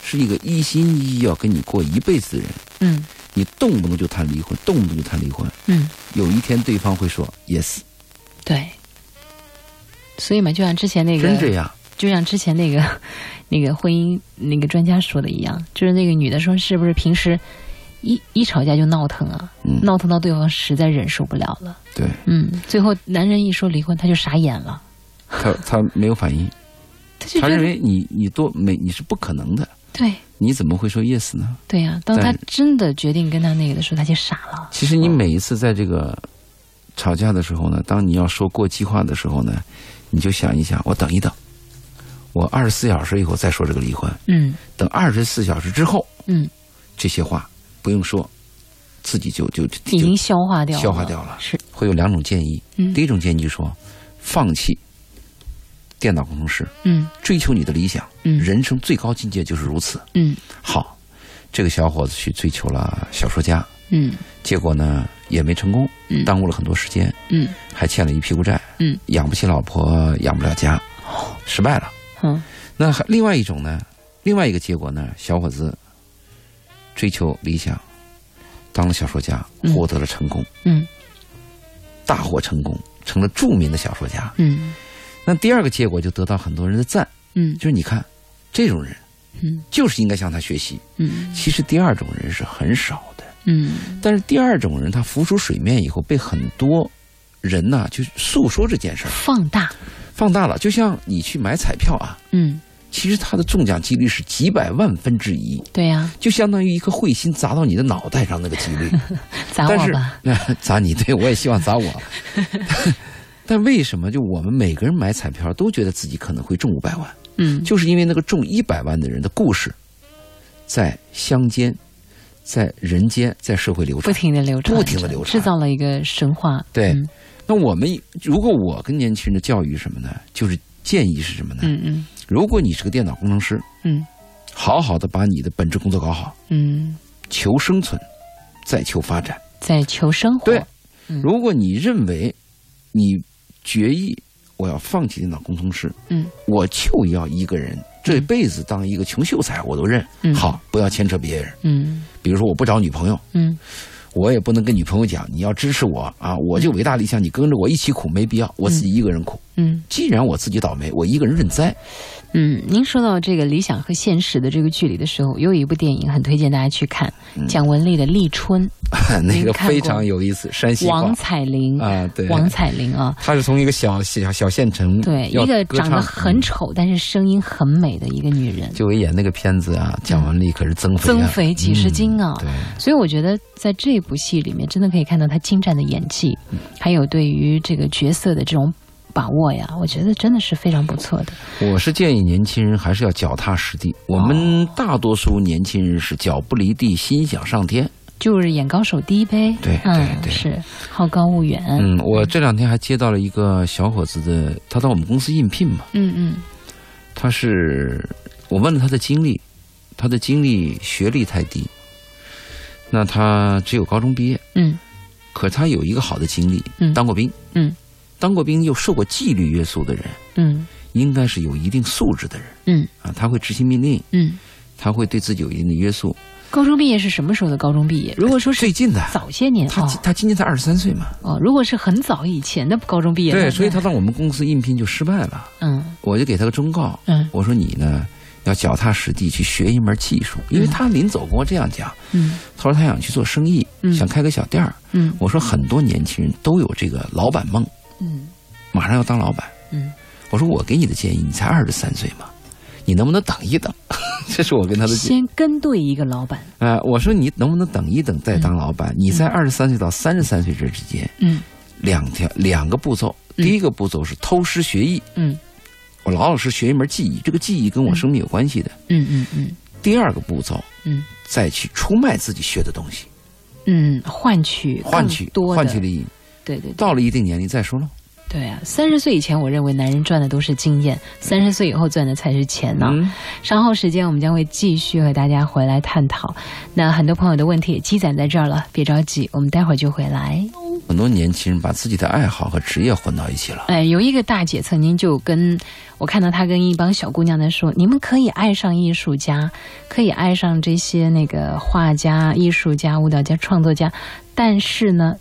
[SPEAKER 2] 是一个一心一意要跟你过一辈子的人，
[SPEAKER 1] 嗯
[SPEAKER 2] 你动不动就谈离婚，动不动就谈离婚，
[SPEAKER 1] 嗯，
[SPEAKER 2] 有一天对方会说 yes，
[SPEAKER 1] 对。所以嘛，就像之前那
[SPEAKER 2] 真这
[SPEAKER 1] 个，
[SPEAKER 2] 样，
[SPEAKER 1] 就像之前那个那个婚姻那个专家说的一样，就是那个女的说，是不是平时一一吵架就闹腾啊，
[SPEAKER 2] 嗯
[SPEAKER 1] 闹腾到对方实在忍受不了了，
[SPEAKER 2] 对
[SPEAKER 1] 嗯，最后男人一说离婚，他就傻眼了，
[SPEAKER 2] 他他没有反应，
[SPEAKER 1] 他就
[SPEAKER 2] 他
[SPEAKER 1] 觉
[SPEAKER 2] 认
[SPEAKER 1] 得
[SPEAKER 2] 为你你多没你是不可能的，
[SPEAKER 1] 对
[SPEAKER 2] 你怎么会说 yes 呢？
[SPEAKER 1] 对呀、当他
[SPEAKER 2] 但是
[SPEAKER 1] 真的决定跟他那个的时候，他就傻了，
[SPEAKER 2] 其实你每一次在这个吵架的时候呢，当你要说过激话的时候呢，你就想一想，我等一等，我二十四小时以后再说这个离婚，
[SPEAKER 1] 嗯
[SPEAKER 2] 等二十四小时之后，
[SPEAKER 1] 嗯，
[SPEAKER 2] 这些话不用说，自己就就
[SPEAKER 1] 已
[SPEAKER 2] 就
[SPEAKER 1] 经消化掉了，
[SPEAKER 2] 消化掉了。
[SPEAKER 1] 是，
[SPEAKER 2] 会有两种建议，
[SPEAKER 1] 嗯
[SPEAKER 2] 第一种建议就说，放弃电脑工程师，
[SPEAKER 1] 嗯
[SPEAKER 2] 追求你的理想，
[SPEAKER 1] 嗯
[SPEAKER 2] 人生最高境界就是如此。
[SPEAKER 1] 嗯
[SPEAKER 2] 好，这个小伙子去追求了小说家，
[SPEAKER 1] 嗯
[SPEAKER 2] 结果呢也没成功，
[SPEAKER 1] 嗯
[SPEAKER 2] 耽误了很多时间，
[SPEAKER 1] 嗯
[SPEAKER 2] 还欠了一屁股债，
[SPEAKER 1] 嗯，哦
[SPEAKER 2] 养不起老婆，养不了家，失败了。
[SPEAKER 1] 嗯
[SPEAKER 2] 那还另外一种呢，另外一个结果呢，小伙子追求理想，当了小说家，
[SPEAKER 1] 嗯
[SPEAKER 2] 获得了成功，
[SPEAKER 1] 嗯
[SPEAKER 2] 大获成功，成了著名的小说家。
[SPEAKER 1] 嗯
[SPEAKER 2] 那第二个结果就得到很多人的赞，
[SPEAKER 1] 嗯
[SPEAKER 2] 就是你看，这种人
[SPEAKER 1] 嗯
[SPEAKER 2] 就是应该向他学习。
[SPEAKER 1] 嗯
[SPEAKER 2] 其实第二种人是很少的，
[SPEAKER 1] 嗯
[SPEAKER 2] 但是第二种人他浮出水面以后，被很多人呐、就诉说这件事儿，
[SPEAKER 1] 放大，
[SPEAKER 2] 放大了。就像你去买彩票啊，
[SPEAKER 1] 嗯，
[SPEAKER 2] 其实它的中奖几率是几百万分之一，
[SPEAKER 1] 对呀、
[SPEAKER 2] 就相当于一颗彗星砸到你的脑袋上那个几率。
[SPEAKER 1] 砸
[SPEAKER 2] 但
[SPEAKER 1] 我
[SPEAKER 2] 是
[SPEAKER 1] 吧，
[SPEAKER 2] 砸你，对我也希望砸我。但为什么就我们每个人买彩票都觉得自己可能会中五百万？
[SPEAKER 1] 嗯
[SPEAKER 2] 就是因为那个中一百万的人的故事，在乡间，在人间，在社会流
[SPEAKER 1] 不
[SPEAKER 2] 传。
[SPEAKER 1] 停的流传着，
[SPEAKER 2] 不停地流传
[SPEAKER 1] 制造了一个神话。
[SPEAKER 2] 对
[SPEAKER 1] 嗯
[SPEAKER 2] 那我们如果我跟年轻人的教育是什么呢？就是建议是什么呢？
[SPEAKER 1] 嗯嗯
[SPEAKER 2] 如果你是个电脑工程师，
[SPEAKER 1] 嗯
[SPEAKER 2] 好好的把你的本职工作搞好，
[SPEAKER 1] 嗯，
[SPEAKER 2] 求生存，再求发展。
[SPEAKER 1] 在求生活。
[SPEAKER 2] 对
[SPEAKER 1] 嗯
[SPEAKER 2] 如果你认为你决意我要放弃电脑工程师，
[SPEAKER 1] 嗯
[SPEAKER 2] 我就要一个人这辈子当一个穷秀才，我都认。
[SPEAKER 1] 嗯
[SPEAKER 2] 好，不要牵扯别人。
[SPEAKER 1] 嗯
[SPEAKER 2] 比如说，我不找女朋友，
[SPEAKER 1] 嗯
[SPEAKER 2] 我也不能跟女朋友讲你要支持我啊，我就伟大理想，你跟着我一起苦，没必要，我自己一个人苦。
[SPEAKER 1] 嗯
[SPEAKER 2] 既然我自己倒霉，我一个人认栽。
[SPEAKER 1] 嗯，您说到这个理想和现实的这个距离的时候，有一部电影很推荐大家去看，
[SPEAKER 2] 嗯
[SPEAKER 1] 蒋雯丽的《立春》，
[SPEAKER 2] 那个
[SPEAKER 1] 您看过
[SPEAKER 2] 非常有意思，山西话
[SPEAKER 1] 王彩玲
[SPEAKER 2] 啊，对，
[SPEAKER 1] 王彩玲啊。
[SPEAKER 2] 她是从一个小小小县城，
[SPEAKER 1] 对，
[SPEAKER 2] 要
[SPEAKER 1] 一个
[SPEAKER 2] 歌
[SPEAKER 1] 长得
[SPEAKER 2] 唱嗯
[SPEAKER 1] 很丑，但是声音很美的一个女人，
[SPEAKER 2] 就我演那个片子啊，蒋雯丽可是增肥啊、
[SPEAKER 1] 增肥几十斤啊！
[SPEAKER 2] 嗯对，
[SPEAKER 1] 所以我觉得在这部戏里面，真的可以看到他精湛的演技，
[SPEAKER 2] 嗯
[SPEAKER 1] 还有对于这个角色的这种把握呀，我觉得真的是非常不错的。
[SPEAKER 2] 我是建议年轻人还是要脚踏实地。我
[SPEAKER 1] 哦
[SPEAKER 2] 们大多数年轻人是脚不离地，心想上天。
[SPEAKER 1] 就是眼高手低呗，
[SPEAKER 2] 对
[SPEAKER 1] 嗯，
[SPEAKER 2] 对对
[SPEAKER 1] 是好高骛远，
[SPEAKER 2] 嗯，我这两天还接到了一个小伙子的，他到我们公司应聘嘛，
[SPEAKER 1] 嗯嗯
[SPEAKER 2] 他是我问了他的经历，他的经历学历太低，那他只有高中毕业，
[SPEAKER 1] 嗯
[SPEAKER 2] 可他有一个好的经历，
[SPEAKER 1] 嗯
[SPEAKER 2] 当过兵，
[SPEAKER 1] 嗯，
[SPEAKER 2] 当过兵又受过纪律约束的人，
[SPEAKER 1] 嗯
[SPEAKER 2] 应该是有一定素质的人
[SPEAKER 1] 嗯
[SPEAKER 2] 啊，他会执行命令，
[SPEAKER 1] 嗯。
[SPEAKER 2] 他会对自己有一定的约束。
[SPEAKER 1] 高中毕业是什么时候的高中毕业？如果说是
[SPEAKER 2] 最近的，
[SPEAKER 1] 早些年
[SPEAKER 2] 他
[SPEAKER 1] 哦
[SPEAKER 2] 他今年才二十三岁嘛，
[SPEAKER 1] 哦，如果是很早以前的高中毕业，那
[SPEAKER 2] 对，所以他到我们公司应聘就失败了。
[SPEAKER 1] 嗯
[SPEAKER 2] 我就给他个忠告，
[SPEAKER 1] 嗯
[SPEAKER 2] 我说你呢要脚踏实地去学一门技术，因为他临走跟我这样讲，
[SPEAKER 1] 嗯
[SPEAKER 2] 他说他想去做生意，
[SPEAKER 1] 嗯
[SPEAKER 2] 想开个小店儿。
[SPEAKER 1] 嗯
[SPEAKER 2] 我说很多年轻人都有这个老板梦，
[SPEAKER 1] 嗯
[SPEAKER 2] 马上要当老板。
[SPEAKER 1] 嗯，
[SPEAKER 2] 我说我给你的建议，你才二十三岁嘛，你能不能等一等？ 这是我跟他的建议。
[SPEAKER 1] 先跟对一个老板，
[SPEAKER 2] 呃，我说你能不能等一等再当老板？你在二十三岁到三十三岁这之间，
[SPEAKER 1] 嗯
[SPEAKER 2] 两条两个步骤，
[SPEAKER 1] 嗯
[SPEAKER 2] 第一个步骤是偷师学艺，
[SPEAKER 1] 嗯
[SPEAKER 2] 我老老实学一门技艺，这个技艺跟我生命有关系的。
[SPEAKER 1] 嗯嗯嗯
[SPEAKER 2] 第二个步骤，
[SPEAKER 1] 嗯
[SPEAKER 2] 再去出卖自己学的东西，
[SPEAKER 1] 嗯，换取更
[SPEAKER 2] 换取
[SPEAKER 1] 多的
[SPEAKER 2] 换取利益。
[SPEAKER 1] 对对对
[SPEAKER 2] 到了一定年龄再说喽。
[SPEAKER 1] 对啊！三十岁以前，我认为男人赚的都是经验，三十岁以后赚的才是钱呢、
[SPEAKER 2] 嗯，
[SPEAKER 1] 稍后时间我们将会继续和大家回来探讨。那很多朋友的问题也积攒在这儿了，别着急，我们待会儿就回来。
[SPEAKER 2] 很多年轻人把自己的爱好和职业混到一起了。
[SPEAKER 1] 哎，有一个大姐曾经就跟我看到她跟一帮小姑娘在说：“你们可以爱上艺术家，可以爱上这些那个画家、艺术家、舞蹈家、创作家，但是呢，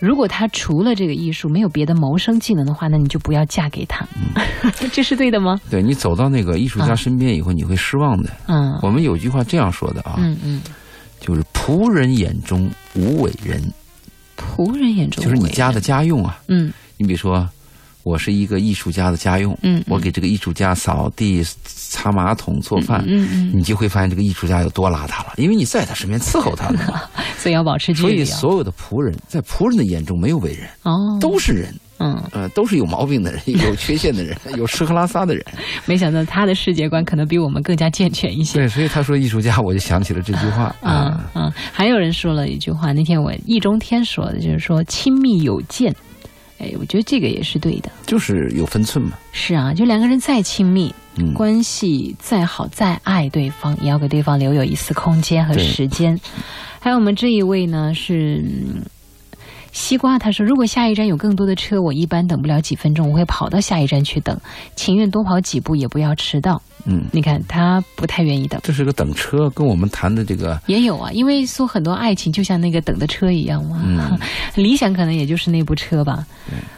[SPEAKER 1] 如果他除了这个艺术没有别的谋生技能的话，那你就不要嫁给他。
[SPEAKER 2] 嗯
[SPEAKER 1] 这是对的吗？
[SPEAKER 2] 对你走到那个艺术家
[SPEAKER 1] 啊
[SPEAKER 2] 身边以后，你会失望的。
[SPEAKER 1] 嗯
[SPEAKER 2] 我们有句话这样说的啊，
[SPEAKER 1] 嗯嗯
[SPEAKER 2] 就是仆人眼中无伟人，
[SPEAKER 1] 仆人眼中
[SPEAKER 2] 就是你家的家用啊。
[SPEAKER 1] 嗯
[SPEAKER 2] 你比如说，我是一个艺术家的家用，
[SPEAKER 1] 嗯嗯
[SPEAKER 2] 我给这个艺术家扫地、擦马桶、做饭，
[SPEAKER 1] 嗯嗯，
[SPEAKER 2] 你就会发现这个艺术家有多邋遢了，因为你在他身边伺 候他呢嘛。
[SPEAKER 1] 所以要保持距
[SPEAKER 2] 所以
[SPEAKER 1] 离啊。
[SPEAKER 2] 所有的仆人，在仆人的眼中没有伟人，
[SPEAKER 1] 哦，
[SPEAKER 2] 都是人，
[SPEAKER 1] 嗯，
[SPEAKER 2] 呃，都是有毛病的 人，有缺陷的人，有吃喝拉撒的人。
[SPEAKER 1] 没想到他的世界观可能比我们更加健全一些。
[SPEAKER 2] 对，所以他说艺术家，我就想起了这句话
[SPEAKER 1] 啊
[SPEAKER 2] 啊。
[SPEAKER 1] 啊！还有人说了一句话，那天我易中天说的，就是说亲密有间。哎，我觉得这个也是对的。
[SPEAKER 2] 就是有分寸嘛。
[SPEAKER 1] 是啊，就两个人再亲密，
[SPEAKER 2] 嗯，
[SPEAKER 1] 关系再好，再爱对方，也要给对方留有一丝空间和
[SPEAKER 2] 对
[SPEAKER 1] 时间。还有我们这一位呢是。嗯西瓜他说：“如果下一站有更多的车，我一般等不了几分钟，我会跑到下一站去等，情愿多跑几步也不要迟到。”
[SPEAKER 2] 嗯，
[SPEAKER 1] 你看他不太愿意等。
[SPEAKER 2] 这是个等车，跟我们谈的这个，
[SPEAKER 1] 也有啊，因为说很多爱情就像那个等的车一样嘛，
[SPEAKER 2] 嗯
[SPEAKER 1] 理想可能也就是那部车吧。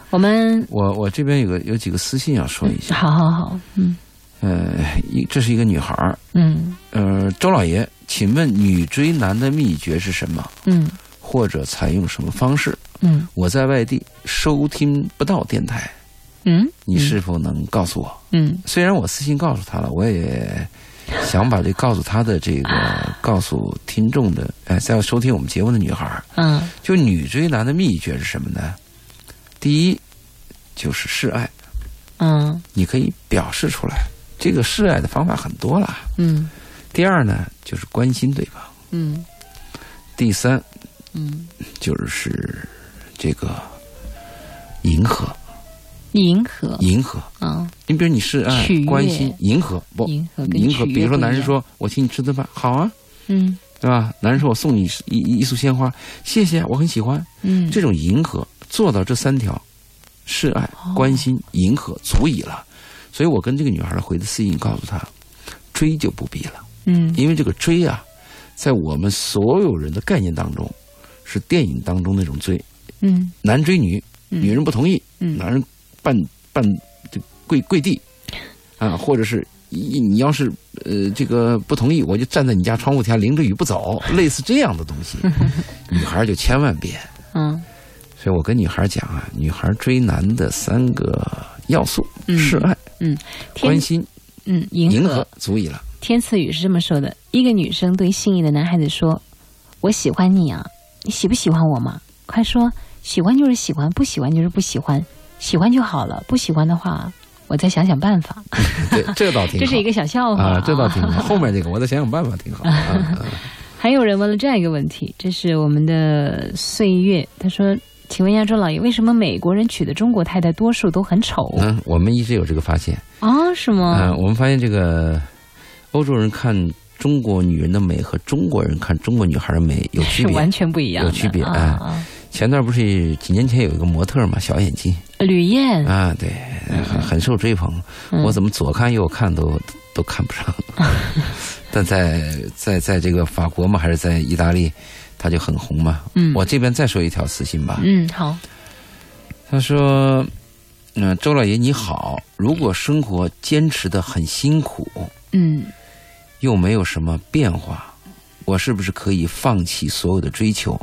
[SPEAKER 1] 我们
[SPEAKER 2] 我我这边有个有几个私信要说一下。
[SPEAKER 1] 好好好，嗯
[SPEAKER 2] 呃，一这是一个女孩儿，
[SPEAKER 1] 嗯
[SPEAKER 2] 呃，周老爷，请问女追男的秘诀是什么，
[SPEAKER 1] 嗯
[SPEAKER 2] 或者采用什么方式？
[SPEAKER 1] 嗯
[SPEAKER 2] 我在外地收听不到电台，
[SPEAKER 1] 嗯，
[SPEAKER 2] 你是否能告诉我？
[SPEAKER 1] 嗯
[SPEAKER 2] 虽然我私信告诉他了，我也想把这告诉他的这个告诉听众的，呃，在收听我们节目的女孩儿，
[SPEAKER 1] 嗯
[SPEAKER 2] 就女追男的秘诀是什么呢？第一就是示爱，
[SPEAKER 1] 嗯
[SPEAKER 2] 你可以表示出来。这个示爱的方法很多了。
[SPEAKER 1] 嗯
[SPEAKER 2] 第二呢，就是关心对方。
[SPEAKER 1] 嗯
[SPEAKER 2] 第三
[SPEAKER 1] 嗯，
[SPEAKER 2] 就是这个迎合，
[SPEAKER 1] 迎合
[SPEAKER 2] 迎合。
[SPEAKER 1] 啊，
[SPEAKER 2] 你比如你示爱
[SPEAKER 1] 取悦、
[SPEAKER 2] 关心、迎合，不
[SPEAKER 1] 迎合跟
[SPEAKER 2] 迎合。
[SPEAKER 1] 取悦
[SPEAKER 2] 比如说
[SPEAKER 1] 不一
[SPEAKER 2] 男人
[SPEAKER 1] 样，
[SPEAKER 2] 说：“我请你吃顿饭，好啊。”
[SPEAKER 1] 嗯
[SPEAKER 2] 对吧？男人说：“我送你一一一束鲜花，谢谢，啊我很喜欢。”
[SPEAKER 1] 嗯，
[SPEAKER 2] 这种迎合做到这三条，示爱、
[SPEAKER 1] 哦
[SPEAKER 2] 关心、迎合，足以了。所以我跟这个女孩回的私信告诉她，追就不必了，
[SPEAKER 1] 嗯
[SPEAKER 2] 因为这个追啊，在我们所有人的概念当中，是电影当中那种追，
[SPEAKER 1] 嗯
[SPEAKER 2] 男追女，女人不同意，
[SPEAKER 1] 嗯
[SPEAKER 2] 男人半半就跪跪地啊，或者是一你要是呃这个不同意，我就站在你家窗户前淋着雨不走，类似这样的东 西，女孩就千万别。
[SPEAKER 1] 嗯
[SPEAKER 2] 所以我跟女孩讲啊，女孩追男的三个要素：
[SPEAKER 1] 嗯
[SPEAKER 2] 示爱、
[SPEAKER 1] 天
[SPEAKER 2] 关心、
[SPEAKER 1] 嗯
[SPEAKER 2] 迎
[SPEAKER 1] 迎合
[SPEAKER 2] 合，足以了。
[SPEAKER 1] 天赐雨是这么说的：一个女生对心仪的男孩子说：“我喜欢你啊，你喜不喜欢我嘛？快说，喜欢就是喜欢，不喜欢就是不喜欢，喜欢就好了，不喜欢的话，我再想想办法。
[SPEAKER 2] 对，这倒”挺
[SPEAKER 1] 这
[SPEAKER 2] 好。
[SPEAKER 1] 是一个小笑话
[SPEAKER 2] 啊，这倒挺好。后面这个我再想想办法，挺好。啊啊
[SPEAKER 1] 还有人问了这样一个问题，这是我们的岁月，他说：“请问亚洲老爷，为什么美国人娶的中国太太多数都很丑
[SPEAKER 2] 嗯，我们一直有这个发现。
[SPEAKER 1] 啊？是
[SPEAKER 2] 嗯、
[SPEAKER 1] 吗？
[SPEAKER 2] 我们发现这个欧洲人看中国女人的美和中国人看中国女孩的美有区
[SPEAKER 1] 是
[SPEAKER 2] 别
[SPEAKER 1] 完。全不一样的，
[SPEAKER 2] 有区别
[SPEAKER 1] 啊
[SPEAKER 2] 哎
[SPEAKER 1] 啊！啊
[SPEAKER 2] 前段不是几年前有一个模特嘛，小眼睛
[SPEAKER 1] 吕燕，
[SPEAKER 2] 啊，对，很很受追捧。
[SPEAKER 1] 嗯
[SPEAKER 2] 我怎么左看右看都都看不 上。但在在在这个法国嘛，还是在意大利，他就很红嘛。
[SPEAKER 1] 嗯
[SPEAKER 2] 我这边再说一条私信吧。
[SPEAKER 1] 嗯好
[SPEAKER 2] 他说：“嗯、周老爷你好，如果生活坚持的很辛苦，
[SPEAKER 1] 嗯。”
[SPEAKER 2] 又没有什么变化，我是不是可以放弃所有的追求，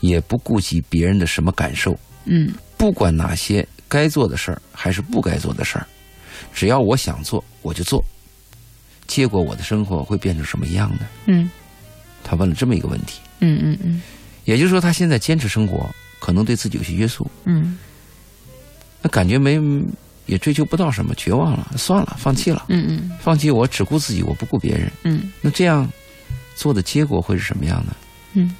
[SPEAKER 2] 也不顾及别人的什么感受？
[SPEAKER 1] 嗯
[SPEAKER 2] 不管哪些该做的事儿还是不该做的事儿，只要我想做我就做，结果我的生活会变成什么样呢？
[SPEAKER 1] 嗯
[SPEAKER 2] 他问了这么一个问题，
[SPEAKER 1] 嗯嗯嗯
[SPEAKER 2] 也就是说，他现在坚持生活，可能对自己有些约束，
[SPEAKER 1] 嗯
[SPEAKER 2] 那感觉没也追求不到什么，绝望了，算了，放弃了，
[SPEAKER 1] 嗯
[SPEAKER 2] 放弃我只顾自己，我不顾别人，
[SPEAKER 1] 嗯
[SPEAKER 2] 那这样做的结果会是什么样呢？
[SPEAKER 1] 嗯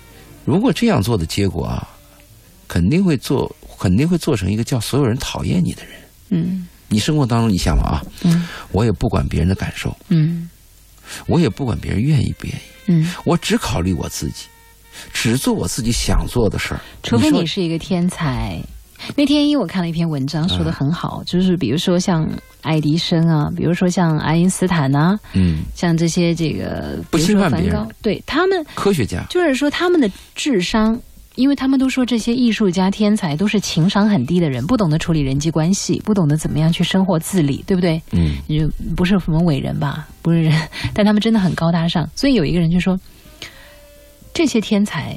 [SPEAKER 2] 如果这样做的结果啊，肯定会做，肯定会做成一个叫所有人讨厌你的人。
[SPEAKER 1] 嗯
[SPEAKER 2] 你生活当中，你想了啊，
[SPEAKER 1] 嗯
[SPEAKER 2] 我也不管别人的感受，
[SPEAKER 1] 嗯
[SPEAKER 2] 我也不管别人愿意不愿意，
[SPEAKER 1] 嗯，
[SPEAKER 2] 我只考虑我自己，只做我自己想做的事儿。
[SPEAKER 1] 除非
[SPEAKER 2] 说
[SPEAKER 1] 你是一个天才。那天因为我看了一篇文章，说的很好，就是比如说像爱迪生啊，比如说像爱因斯坦呐、
[SPEAKER 2] 嗯，
[SPEAKER 1] 像这些这个，
[SPEAKER 2] 不
[SPEAKER 1] 比
[SPEAKER 2] 侵
[SPEAKER 1] 如说
[SPEAKER 2] 犯别
[SPEAKER 1] 梵
[SPEAKER 2] 人
[SPEAKER 1] 高，对他们
[SPEAKER 2] 科学家，
[SPEAKER 1] 就是说他们的智商。因为他们都说这些艺术家、天才都是情商很低的人，不懂得处理人际关系，不懂得怎么样去生活自理，对不对？
[SPEAKER 2] 嗯
[SPEAKER 1] 也不是 什么伟人吧，不是人，但他们真的很高大上。所以有一个人就说，这些天才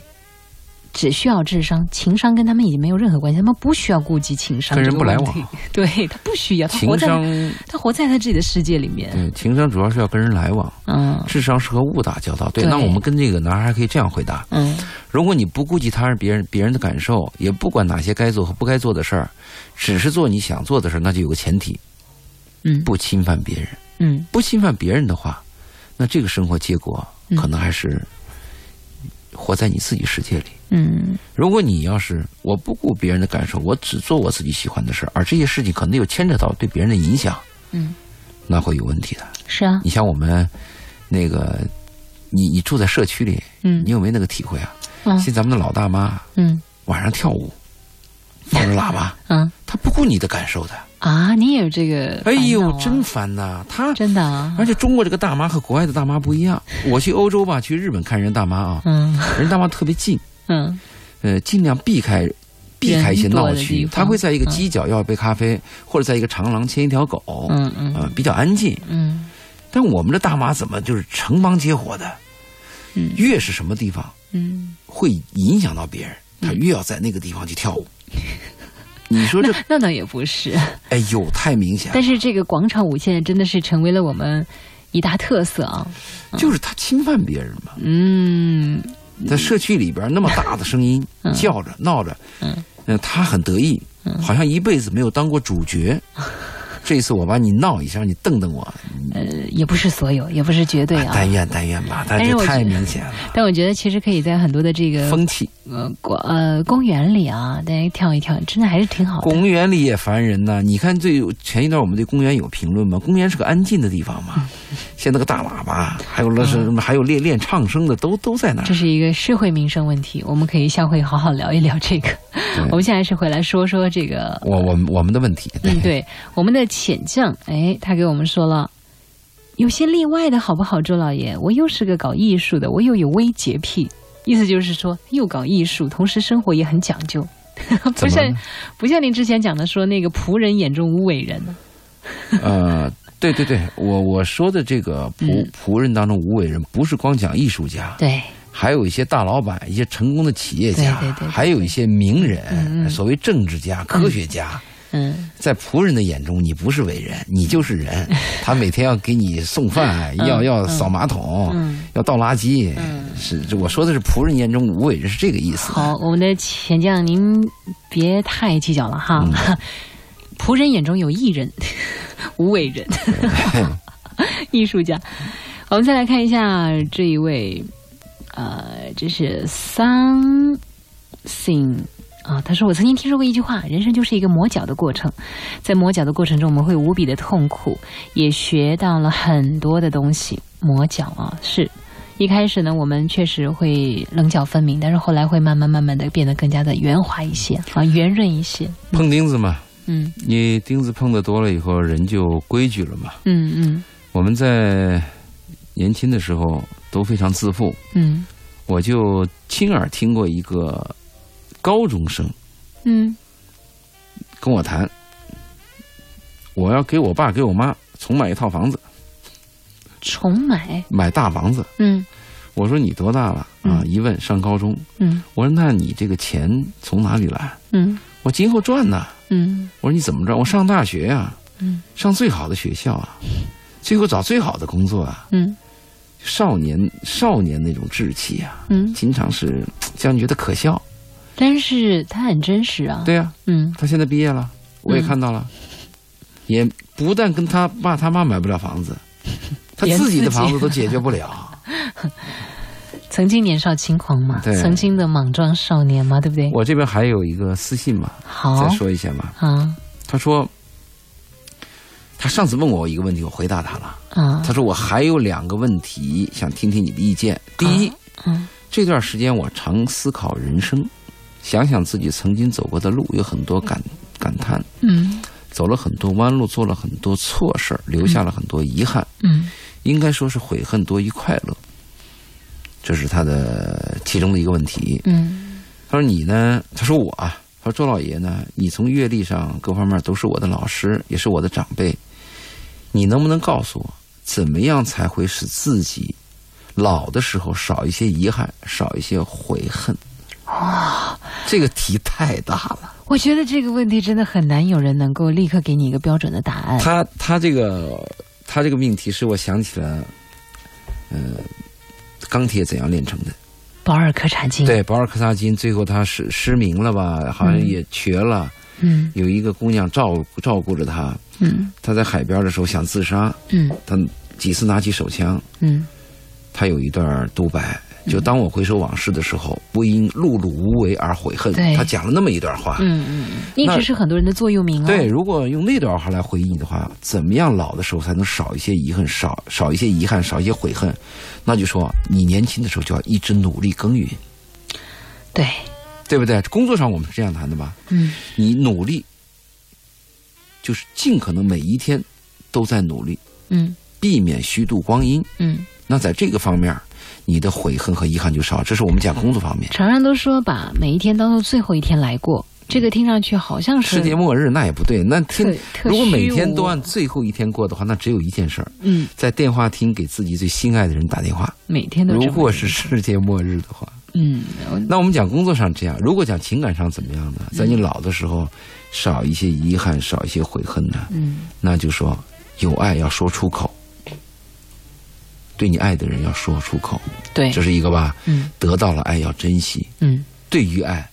[SPEAKER 1] 只需要智商，情商跟他们已经没有任何关系，他们不需要顾及情商。
[SPEAKER 2] 跟人不来往，
[SPEAKER 1] 对他不需要，他活
[SPEAKER 2] 情
[SPEAKER 1] 在
[SPEAKER 2] 商
[SPEAKER 1] 他活在他自己的世界里面。
[SPEAKER 2] 对情商主要是要跟人来往，
[SPEAKER 1] 嗯
[SPEAKER 2] 智商是和物打交道。对，
[SPEAKER 1] 对
[SPEAKER 2] 那我们跟这个男孩可以这样回答：
[SPEAKER 1] 嗯
[SPEAKER 2] 如果你不顾及他人、别人、别人的感受，也不管哪些该做和不该做的事儿，只是做你想做的事儿，那就有个前提，
[SPEAKER 1] 嗯
[SPEAKER 2] 不侵犯别人。
[SPEAKER 1] 嗯
[SPEAKER 2] 不侵犯别人的话，那这个生活结果
[SPEAKER 1] 嗯
[SPEAKER 2] 可能还是活在你自己世界里。
[SPEAKER 1] 嗯
[SPEAKER 2] 如果你要是我不顾别人的感受，我只做我自己喜欢的事儿，而这些事情可能有牵扯到对别人的影响，
[SPEAKER 1] 嗯，
[SPEAKER 2] 那会有问题的。
[SPEAKER 1] 是啊，
[SPEAKER 2] 你像我们那个，你你住在社区里，
[SPEAKER 1] 嗯
[SPEAKER 2] 你有没有那个体会啊？
[SPEAKER 1] 嗯
[SPEAKER 2] 现在咱们的老大妈
[SPEAKER 1] 嗯
[SPEAKER 2] 晚上跳舞，放着喇 叭，
[SPEAKER 1] 嗯
[SPEAKER 2] 她不顾你的感受的。
[SPEAKER 1] 啊，你也有这个烦
[SPEAKER 2] 哎
[SPEAKER 1] 恼啊？
[SPEAKER 2] 呦，真烦呐！她
[SPEAKER 1] 真的啊，
[SPEAKER 2] 而且中国这个大妈和国外的大妈不一样。我去欧洲吧，去日本看人大妈啊，
[SPEAKER 1] 嗯
[SPEAKER 2] 人大妈特别近，
[SPEAKER 1] 嗯
[SPEAKER 2] 呃，尽量避开避开一些闹
[SPEAKER 1] 人多的
[SPEAKER 2] 区
[SPEAKER 1] 地，方嗯
[SPEAKER 2] 她会在一个犄角要一杯咖啡，或者在一个长廊牵一条狗，啊、
[SPEAKER 1] 嗯嗯
[SPEAKER 2] 比较安静。
[SPEAKER 1] 嗯
[SPEAKER 2] 但我们的大妈怎么就是成帮结伙的？
[SPEAKER 1] 嗯
[SPEAKER 2] 越是什么地方
[SPEAKER 1] 嗯，
[SPEAKER 2] 会影响到别人，她越要在那个地方去跳舞。你说这，
[SPEAKER 1] 那倒也不是。
[SPEAKER 2] 哎呦，太明显了
[SPEAKER 1] 但是这个广场舞现在真的是成为了我们一大特色啊。
[SPEAKER 2] 就是她侵犯别人嘛。
[SPEAKER 1] 嗯
[SPEAKER 2] 在社区里边那么大的声音、叫着闹着，
[SPEAKER 1] 嗯
[SPEAKER 2] 嗯，他很得意，好像一辈子没有当过主 角。这一次我把你闹一下，你瞪瞪我，
[SPEAKER 1] 呃，也不是所有，也不是绝对
[SPEAKER 2] 啊
[SPEAKER 1] 啊。
[SPEAKER 2] 但愿但愿吧，但
[SPEAKER 1] 但是
[SPEAKER 2] 这
[SPEAKER 1] 我
[SPEAKER 2] 太
[SPEAKER 1] 觉得
[SPEAKER 2] 明显了，
[SPEAKER 1] 但我觉得其实可以在很多的这个
[SPEAKER 2] 风气。
[SPEAKER 1] 呃广呃公园里啊，大家跳一跳，真的还是挺好的。
[SPEAKER 2] 公园里也烦人呐！你看最前一段我们对公园有评论吗？公园是个安静的地方嘛，
[SPEAKER 1] 嗯
[SPEAKER 2] 现在个大喇叭，还有那是什么，还有练练唱声的都都在那儿
[SPEAKER 1] 这。是一个社会民生问题，我们可以下回好好聊一聊这个。 我们现在还是回来说说这个
[SPEAKER 2] 我我们我们的问题，
[SPEAKER 1] 嗯，对，我们的浅酱，哎，他给我们说了，有些例外的好不好，周老爷？我又是个搞艺术的，我又有微洁癖，意思就是说，又搞艺术，同时生活也很讲究， 不
[SPEAKER 2] 怎么
[SPEAKER 1] 像
[SPEAKER 2] 了
[SPEAKER 1] 不像您之前讲的说那个仆人眼中无伟人，
[SPEAKER 2] 呃，对对对，我我说的这个仆
[SPEAKER 1] 嗯
[SPEAKER 2] 仆人当中无伟人，不是光讲艺术家，
[SPEAKER 1] 对，
[SPEAKER 2] 还有一些大老板、一些成功的企业家，
[SPEAKER 1] 对对对对
[SPEAKER 2] 还有一些名人，
[SPEAKER 1] 嗯嗯
[SPEAKER 2] 所谓政治家、科学家，
[SPEAKER 1] 嗯，
[SPEAKER 2] 在仆人的眼中，你不是伟人，你就是 人。他每天要给你送饭，
[SPEAKER 1] 嗯
[SPEAKER 2] 要要
[SPEAKER 1] 嗯
[SPEAKER 2] 扫马桶，
[SPEAKER 1] 嗯
[SPEAKER 2] 要倒垃圾。
[SPEAKER 1] 嗯
[SPEAKER 2] 是这我说的是仆人眼中无伟人是这个 意思。
[SPEAKER 1] 好，我们的浅酱，您别太计较了哈， 仆人眼中有艺人， 无伟人。 艺术家。我们再来看一下这一位，呃，这是 something 啊，他说我曾经听说过一句话，人生就是一个磨脚的过程，在磨脚的过程中，我们会无比的痛苦，也学到了很多的东西。磨脚啊，是。一开始呢，我们确实会棱角分明，但是后来会慢慢慢慢的变得更加的圆滑一些啊，圆润一些。
[SPEAKER 2] 碰钉子嘛，
[SPEAKER 1] 嗯
[SPEAKER 2] 你钉子碰的多了以后，人就规矩了嘛。
[SPEAKER 1] 嗯嗯
[SPEAKER 2] 我们在年轻的时候都非常自负，
[SPEAKER 1] 嗯
[SPEAKER 2] 我就亲耳听过一个高中生
[SPEAKER 1] 嗯
[SPEAKER 2] 跟我谈，我要给我爸给我妈重买一套房子，
[SPEAKER 1] 重买，
[SPEAKER 2] 买大房子。
[SPEAKER 1] 嗯
[SPEAKER 2] 我说你多大了啊？
[SPEAKER 1] 嗯
[SPEAKER 2] 一问上高中。
[SPEAKER 1] 嗯
[SPEAKER 2] 我说那你这个钱从哪里来？
[SPEAKER 1] 嗯
[SPEAKER 2] 我今后赚呐。
[SPEAKER 1] 嗯
[SPEAKER 2] 我说你怎么着？我上大学呀、
[SPEAKER 1] 嗯
[SPEAKER 2] 上最好的学校啊，最后找最好的工作啊。
[SPEAKER 1] 嗯
[SPEAKER 2] 少年少年那种志气啊，
[SPEAKER 1] 嗯，
[SPEAKER 2] 经常是让你觉得可笑。
[SPEAKER 1] 但是他很真实啊。，
[SPEAKER 2] 对呀、
[SPEAKER 1] 嗯
[SPEAKER 2] 他现在毕业了，我也看到了，也不但跟他爸他妈买不了房子，他
[SPEAKER 1] 连
[SPEAKER 2] 自己
[SPEAKER 1] 自
[SPEAKER 2] 的
[SPEAKER 1] 己
[SPEAKER 2] 房子都解决不了。
[SPEAKER 1] 曾经年少轻狂嘛，
[SPEAKER 2] 对
[SPEAKER 1] 曾经的莽撞少年嘛，对不对？
[SPEAKER 2] 我这边还有一个私信嘛，
[SPEAKER 1] 好
[SPEAKER 2] 再说一下嘛。
[SPEAKER 1] 啊
[SPEAKER 2] 他说，他上次问我一个问题，我回答他了。
[SPEAKER 1] 啊
[SPEAKER 2] 他说我还有两个问题想听听你的意见。第一，
[SPEAKER 1] 嗯
[SPEAKER 2] 这段时间我常思考人生，想想自己曾经走过的路，有很多感感叹，
[SPEAKER 1] 嗯
[SPEAKER 2] 走了很多弯路，做了很多错事儿，留下了很多遗憾。
[SPEAKER 1] 嗯
[SPEAKER 2] 应该说是悔恨多于快乐，这是他的其中的一个问题。
[SPEAKER 1] 嗯
[SPEAKER 2] 他说你呢？他说我啊，他说周老爷呢？你从阅历上各方面都是我的老师，也是我的长辈，你能不能告诉我，怎么样才会使自己老的时候少一些遗憾，少一些悔恨。哇，这个题太大了。
[SPEAKER 1] 我觉得这个问题真的很难有人能够立刻给你一个标准的答案。
[SPEAKER 2] 他他这个他这个命题使我想起了，嗯、钢铁怎样炼成的？
[SPEAKER 1] 保尔柯察金，，
[SPEAKER 2] 对，保尔柯察金最后他失失明了吧？好像
[SPEAKER 1] 嗯
[SPEAKER 2] 也瘸了。
[SPEAKER 1] 嗯
[SPEAKER 2] 有一个姑娘照顾照顾着他，
[SPEAKER 1] 嗯
[SPEAKER 2] 他在海边的时候想自杀，
[SPEAKER 1] 嗯
[SPEAKER 2] 他几次拿起手枪，
[SPEAKER 1] 嗯
[SPEAKER 2] 他有一段独白，就当我回首往事的时候，不因碌碌无为而悔恨
[SPEAKER 1] 对。
[SPEAKER 2] 他讲了那么一段话。
[SPEAKER 1] 嗯嗯，一直是很多人的座右铭哦。
[SPEAKER 2] 对，，如果用那段话来回忆的话，怎么样老的时候才能少一些遗憾，少少一些遗憾，少一些悔恨？那就说你年轻的时候就要一直努力耕耘，
[SPEAKER 1] 对，
[SPEAKER 2] 对不对？工作上我们是这样谈的吧？
[SPEAKER 1] 嗯
[SPEAKER 2] 你努力，就是尽可能每一天都在努力，
[SPEAKER 1] 嗯
[SPEAKER 2] 避免虚度光阴。
[SPEAKER 1] 嗯，
[SPEAKER 2] 那在这个方面，你的悔恨和遗憾就少。这是我们讲工作方面。
[SPEAKER 1] 常常都说把每一天当做最后一天来过，这个听上去好像是
[SPEAKER 2] 世界末日那也不对，那天
[SPEAKER 1] 特嗯特
[SPEAKER 2] 如果每天都
[SPEAKER 1] 虚无
[SPEAKER 2] 按最后一天过的话，那只有一件事儿，
[SPEAKER 1] 嗯
[SPEAKER 2] 在电话厅给自己最心爱的人打电话。
[SPEAKER 1] 每天都这么
[SPEAKER 2] 如果是世界末日的话，
[SPEAKER 1] 嗯嗯我
[SPEAKER 2] 那我们讲工作上这样，如果讲情感上怎么样呢？在你老的时候，少一些遗憾，少一些悔恨呢？
[SPEAKER 1] 嗯
[SPEAKER 2] 那就说有爱要说出口，对你爱的人要说出口，
[SPEAKER 1] 对
[SPEAKER 2] 这是一个吧？
[SPEAKER 1] 嗯
[SPEAKER 2] 得到了爱要珍惜，
[SPEAKER 1] 嗯
[SPEAKER 2] 对于爱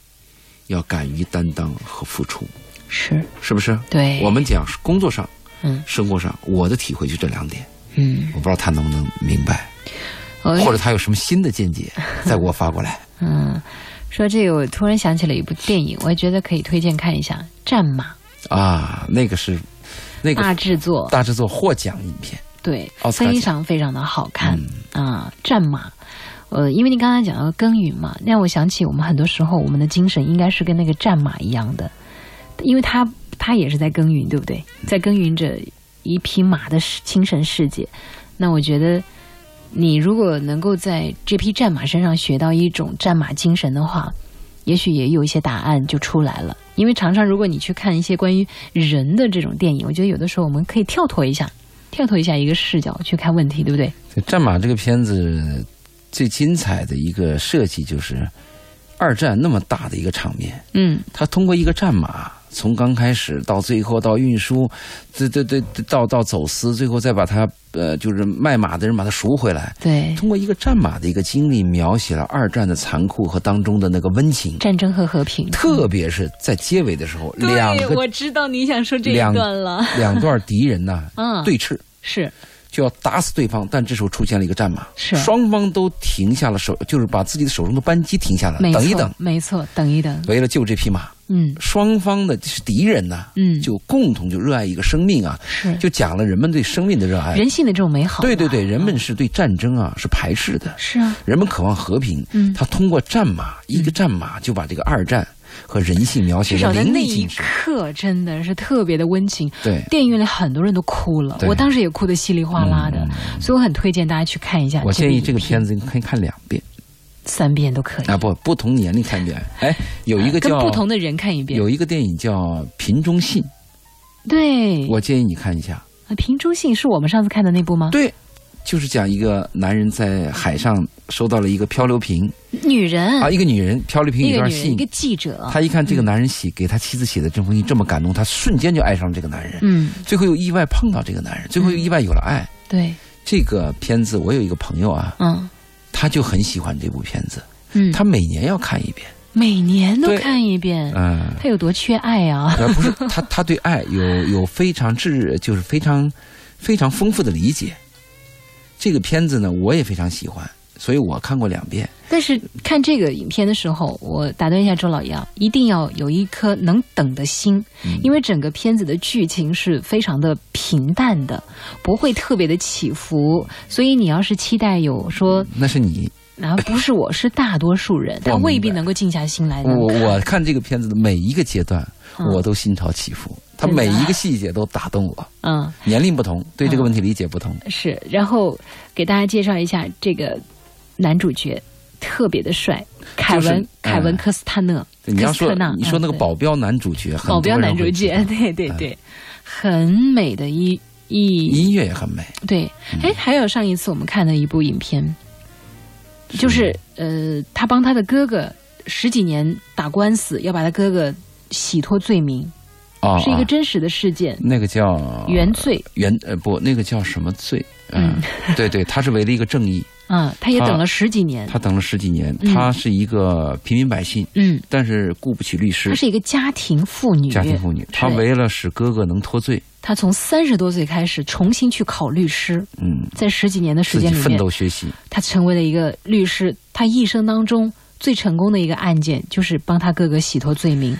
[SPEAKER 2] 要敢于担当和付出，
[SPEAKER 1] 是
[SPEAKER 2] 是不是？
[SPEAKER 1] 对
[SPEAKER 2] 我们讲是工作上、
[SPEAKER 1] 嗯
[SPEAKER 2] 生活上，我的体会就这两点，
[SPEAKER 1] 嗯
[SPEAKER 2] 我不知道他能不能明白，
[SPEAKER 1] 我
[SPEAKER 2] 或者他有什么新的 见解，再给我发过来。
[SPEAKER 1] 嗯说这个我突然想起了一部电影，我也觉得可以推荐看一下《战马》
[SPEAKER 2] 啊，那个是那个
[SPEAKER 1] 大制作
[SPEAKER 2] 大制作获奖影片，
[SPEAKER 1] 对，
[SPEAKER 2] 奥斯卡嗯
[SPEAKER 1] 非常非常的好看、啊，《战马》。呃，因为您刚才讲到耕耘嘛，让我想起我们很多时候我们的精神应该是跟那个战马一样的，因为它它也是在耕耘，对不对？
[SPEAKER 2] 嗯
[SPEAKER 1] 在耕耘着一匹马的世精神世界。那我觉得，你如果能够在这匹战马身上学到一种战马精神的话，也许也有一些答案就出来了。因为常常如果你去看一些关于人的这种电影，我觉得有的时候我们可以跳脱一下，跳脱一下一个视角去看问题，对不对？
[SPEAKER 2] 《战马》这个片子最精彩的一个设计就是二战那么大的一个场面，
[SPEAKER 1] 嗯
[SPEAKER 2] 他通过一个战马，从刚开始到最后到运输，这这这这到到走私，最后再把它呃就是卖马的人把它赎回来。，
[SPEAKER 1] 对，
[SPEAKER 2] 通过一个战马的一个经历，描写了二战的残酷和当中的那个温情，
[SPEAKER 1] 战争和和平。
[SPEAKER 2] 特别是在结尾的时候，两
[SPEAKER 1] 对，
[SPEAKER 2] 个
[SPEAKER 1] 我知道你想说这一段了。
[SPEAKER 2] 两段敌人呐、
[SPEAKER 1] 嗯，
[SPEAKER 2] 对峙。
[SPEAKER 1] 是
[SPEAKER 2] 就要打死对方，但这时候出现了一个战马，
[SPEAKER 1] 是
[SPEAKER 2] 双方都停下了手，就是把自己的手中的扳机停下了
[SPEAKER 1] 没，错，
[SPEAKER 2] 呃等一等，
[SPEAKER 1] 没错，等一等。
[SPEAKER 2] 为了救这匹马，
[SPEAKER 1] 嗯
[SPEAKER 2] 双方的是敌人呐、
[SPEAKER 1] 嗯，
[SPEAKER 2] 就共同就热爱一个生命啊，
[SPEAKER 1] 是
[SPEAKER 2] 就讲了人们对生命的热爱。
[SPEAKER 1] 人性的这种美好嘛。嗯
[SPEAKER 2] 对对对，人们是对战争啊是排斥的，
[SPEAKER 1] 是啊，
[SPEAKER 2] 人们渴望和平。
[SPEAKER 1] 嗯
[SPEAKER 2] 他通过战马，一个战马就把这个二战和人性描写
[SPEAKER 1] 至少
[SPEAKER 2] 的
[SPEAKER 1] 在
[SPEAKER 2] 淋
[SPEAKER 1] 那
[SPEAKER 2] 漓
[SPEAKER 1] 一
[SPEAKER 2] 尽致。
[SPEAKER 1] 刻真的是特别的温情。
[SPEAKER 2] 对，
[SPEAKER 1] 电影院里很多人都哭了，
[SPEAKER 2] 对嗯
[SPEAKER 1] 我当时也哭得稀里哗啦的，所以我很推荐大家去看一下。
[SPEAKER 2] 我建议这个片
[SPEAKER 1] 子
[SPEAKER 2] 子你可以看两遍
[SPEAKER 1] 三遍都可以，
[SPEAKER 2] 啊，不，不同年龄看一遍。哎，有一个
[SPEAKER 1] 跟
[SPEAKER 2] 叫
[SPEAKER 1] 不同的人看一遍。
[SPEAKER 2] 有一个电影叫《瓶中信》，
[SPEAKER 1] 对，
[SPEAKER 2] 我建议你看一下。
[SPEAKER 1] 啊瓶中信是我们上次看的那部吗？
[SPEAKER 2] 对，就是讲一个男人在海上收到了一个漂流瓶
[SPEAKER 1] 女人，
[SPEAKER 2] 啊，一个女人漂流瓶有
[SPEAKER 1] 嗯一
[SPEAKER 2] 一
[SPEAKER 1] 个
[SPEAKER 2] 段
[SPEAKER 1] 女人，一
[SPEAKER 2] 信
[SPEAKER 1] 个，啊记者，
[SPEAKER 2] 他一看这个男人写给他妻子写的这封信这么感动，他瞬间就爱上了这个男人，
[SPEAKER 1] 嗯，
[SPEAKER 2] 最后又意外碰到这个男人，最后又意外有了爱。
[SPEAKER 1] 对，
[SPEAKER 2] 这个片子我有一个朋友啊，
[SPEAKER 1] 嗯
[SPEAKER 2] 他就很喜欢这部片子，
[SPEAKER 1] 嗯，
[SPEAKER 2] 他每年要看一遍。
[SPEAKER 1] 每年都
[SPEAKER 2] 对
[SPEAKER 1] 看一遍，
[SPEAKER 2] 嗯，
[SPEAKER 1] 她有多缺爱啊？
[SPEAKER 2] 呃，不是他，他对爱有有非常至，就是非常非常丰富的理解。这个片子呢，我也非常喜欢，所以我看过两遍。
[SPEAKER 1] 但是看这个影片的时候，我打断一下周老爷啊，一定要有一颗能等的心，
[SPEAKER 2] 嗯
[SPEAKER 1] 因为整个片子的剧情是非常的平淡的，不会特别的起伏，所以你要是期待有说
[SPEAKER 2] 那是你，
[SPEAKER 1] 啊，不是我是大多数人，他
[SPEAKER 2] 嗯我明白
[SPEAKER 1] 未必能够静下心来
[SPEAKER 2] 我
[SPEAKER 1] 能看。
[SPEAKER 2] 我看这个片子的每一个阶段，
[SPEAKER 1] 嗯
[SPEAKER 2] 我都心潮起伏，它
[SPEAKER 1] 真的啊
[SPEAKER 2] 每一个细节都打动我。
[SPEAKER 1] 嗯。
[SPEAKER 2] 年龄不同，对这个问题理解不同。
[SPEAKER 1] 是，然后给大家介绍一下这个男主角，特别的帅，凯文、
[SPEAKER 2] 就是嗯
[SPEAKER 1] 凯文科斯特纳。
[SPEAKER 2] 你要说
[SPEAKER 1] 科斯特纳
[SPEAKER 2] 你说那个
[SPEAKER 1] 呃嗯对
[SPEAKER 2] 保镖男主角，很
[SPEAKER 1] 保镖
[SPEAKER 2] 多人
[SPEAKER 1] 男主
[SPEAKER 2] 会知
[SPEAKER 1] 角
[SPEAKER 2] 道，嗯
[SPEAKER 1] 对对对，很美的一一
[SPEAKER 2] 音乐也很美。嗯
[SPEAKER 1] 对。哎，还有上一次我们看的一部影片，就是呃，他帮他的哥哥十几年打官司，要把他哥哥洗脱罪名，
[SPEAKER 2] 啊，
[SPEAKER 1] 是一
[SPEAKER 2] 啊
[SPEAKER 1] 个真实的事件，
[SPEAKER 2] 那个叫
[SPEAKER 1] 原罪。
[SPEAKER 2] 原呃不，那个叫什么罪？嗯，对对，他是为了一个正义，
[SPEAKER 1] 嗯，他也
[SPEAKER 2] 他
[SPEAKER 1] 等了十几年。
[SPEAKER 2] 他等了十几年，
[SPEAKER 1] 嗯
[SPEAKER 2] 他是一个平民百姓，
[SPEAKER 1] 嗯，
[SPEAKER 2] 但是雇不起律
[SPEAKER 1] 她
[SPEAKER 2] 师，
[SPEAKER 1] 是一个家庭妇女，
[SPEAKER 2] 家庭妇女，他为了使哥哥能脱罪，
[SPEAKER 1] 她从三十多岁开始重新去考律师，
[SPEAKER 2] 嗯，
[SPEAKER 1] 在十几年的时
[SPEAKER 2] 自己
[SPEAKER 1] 间里
[SPEAKER 2] 奋
[SPEAKER 1] 面，
[SPEAKER 2] 斗学习，
[SPEAKER 1] 她成为了一个律师。她一生当中最成功的一个案件就是帮她哥哥洗脱罪名，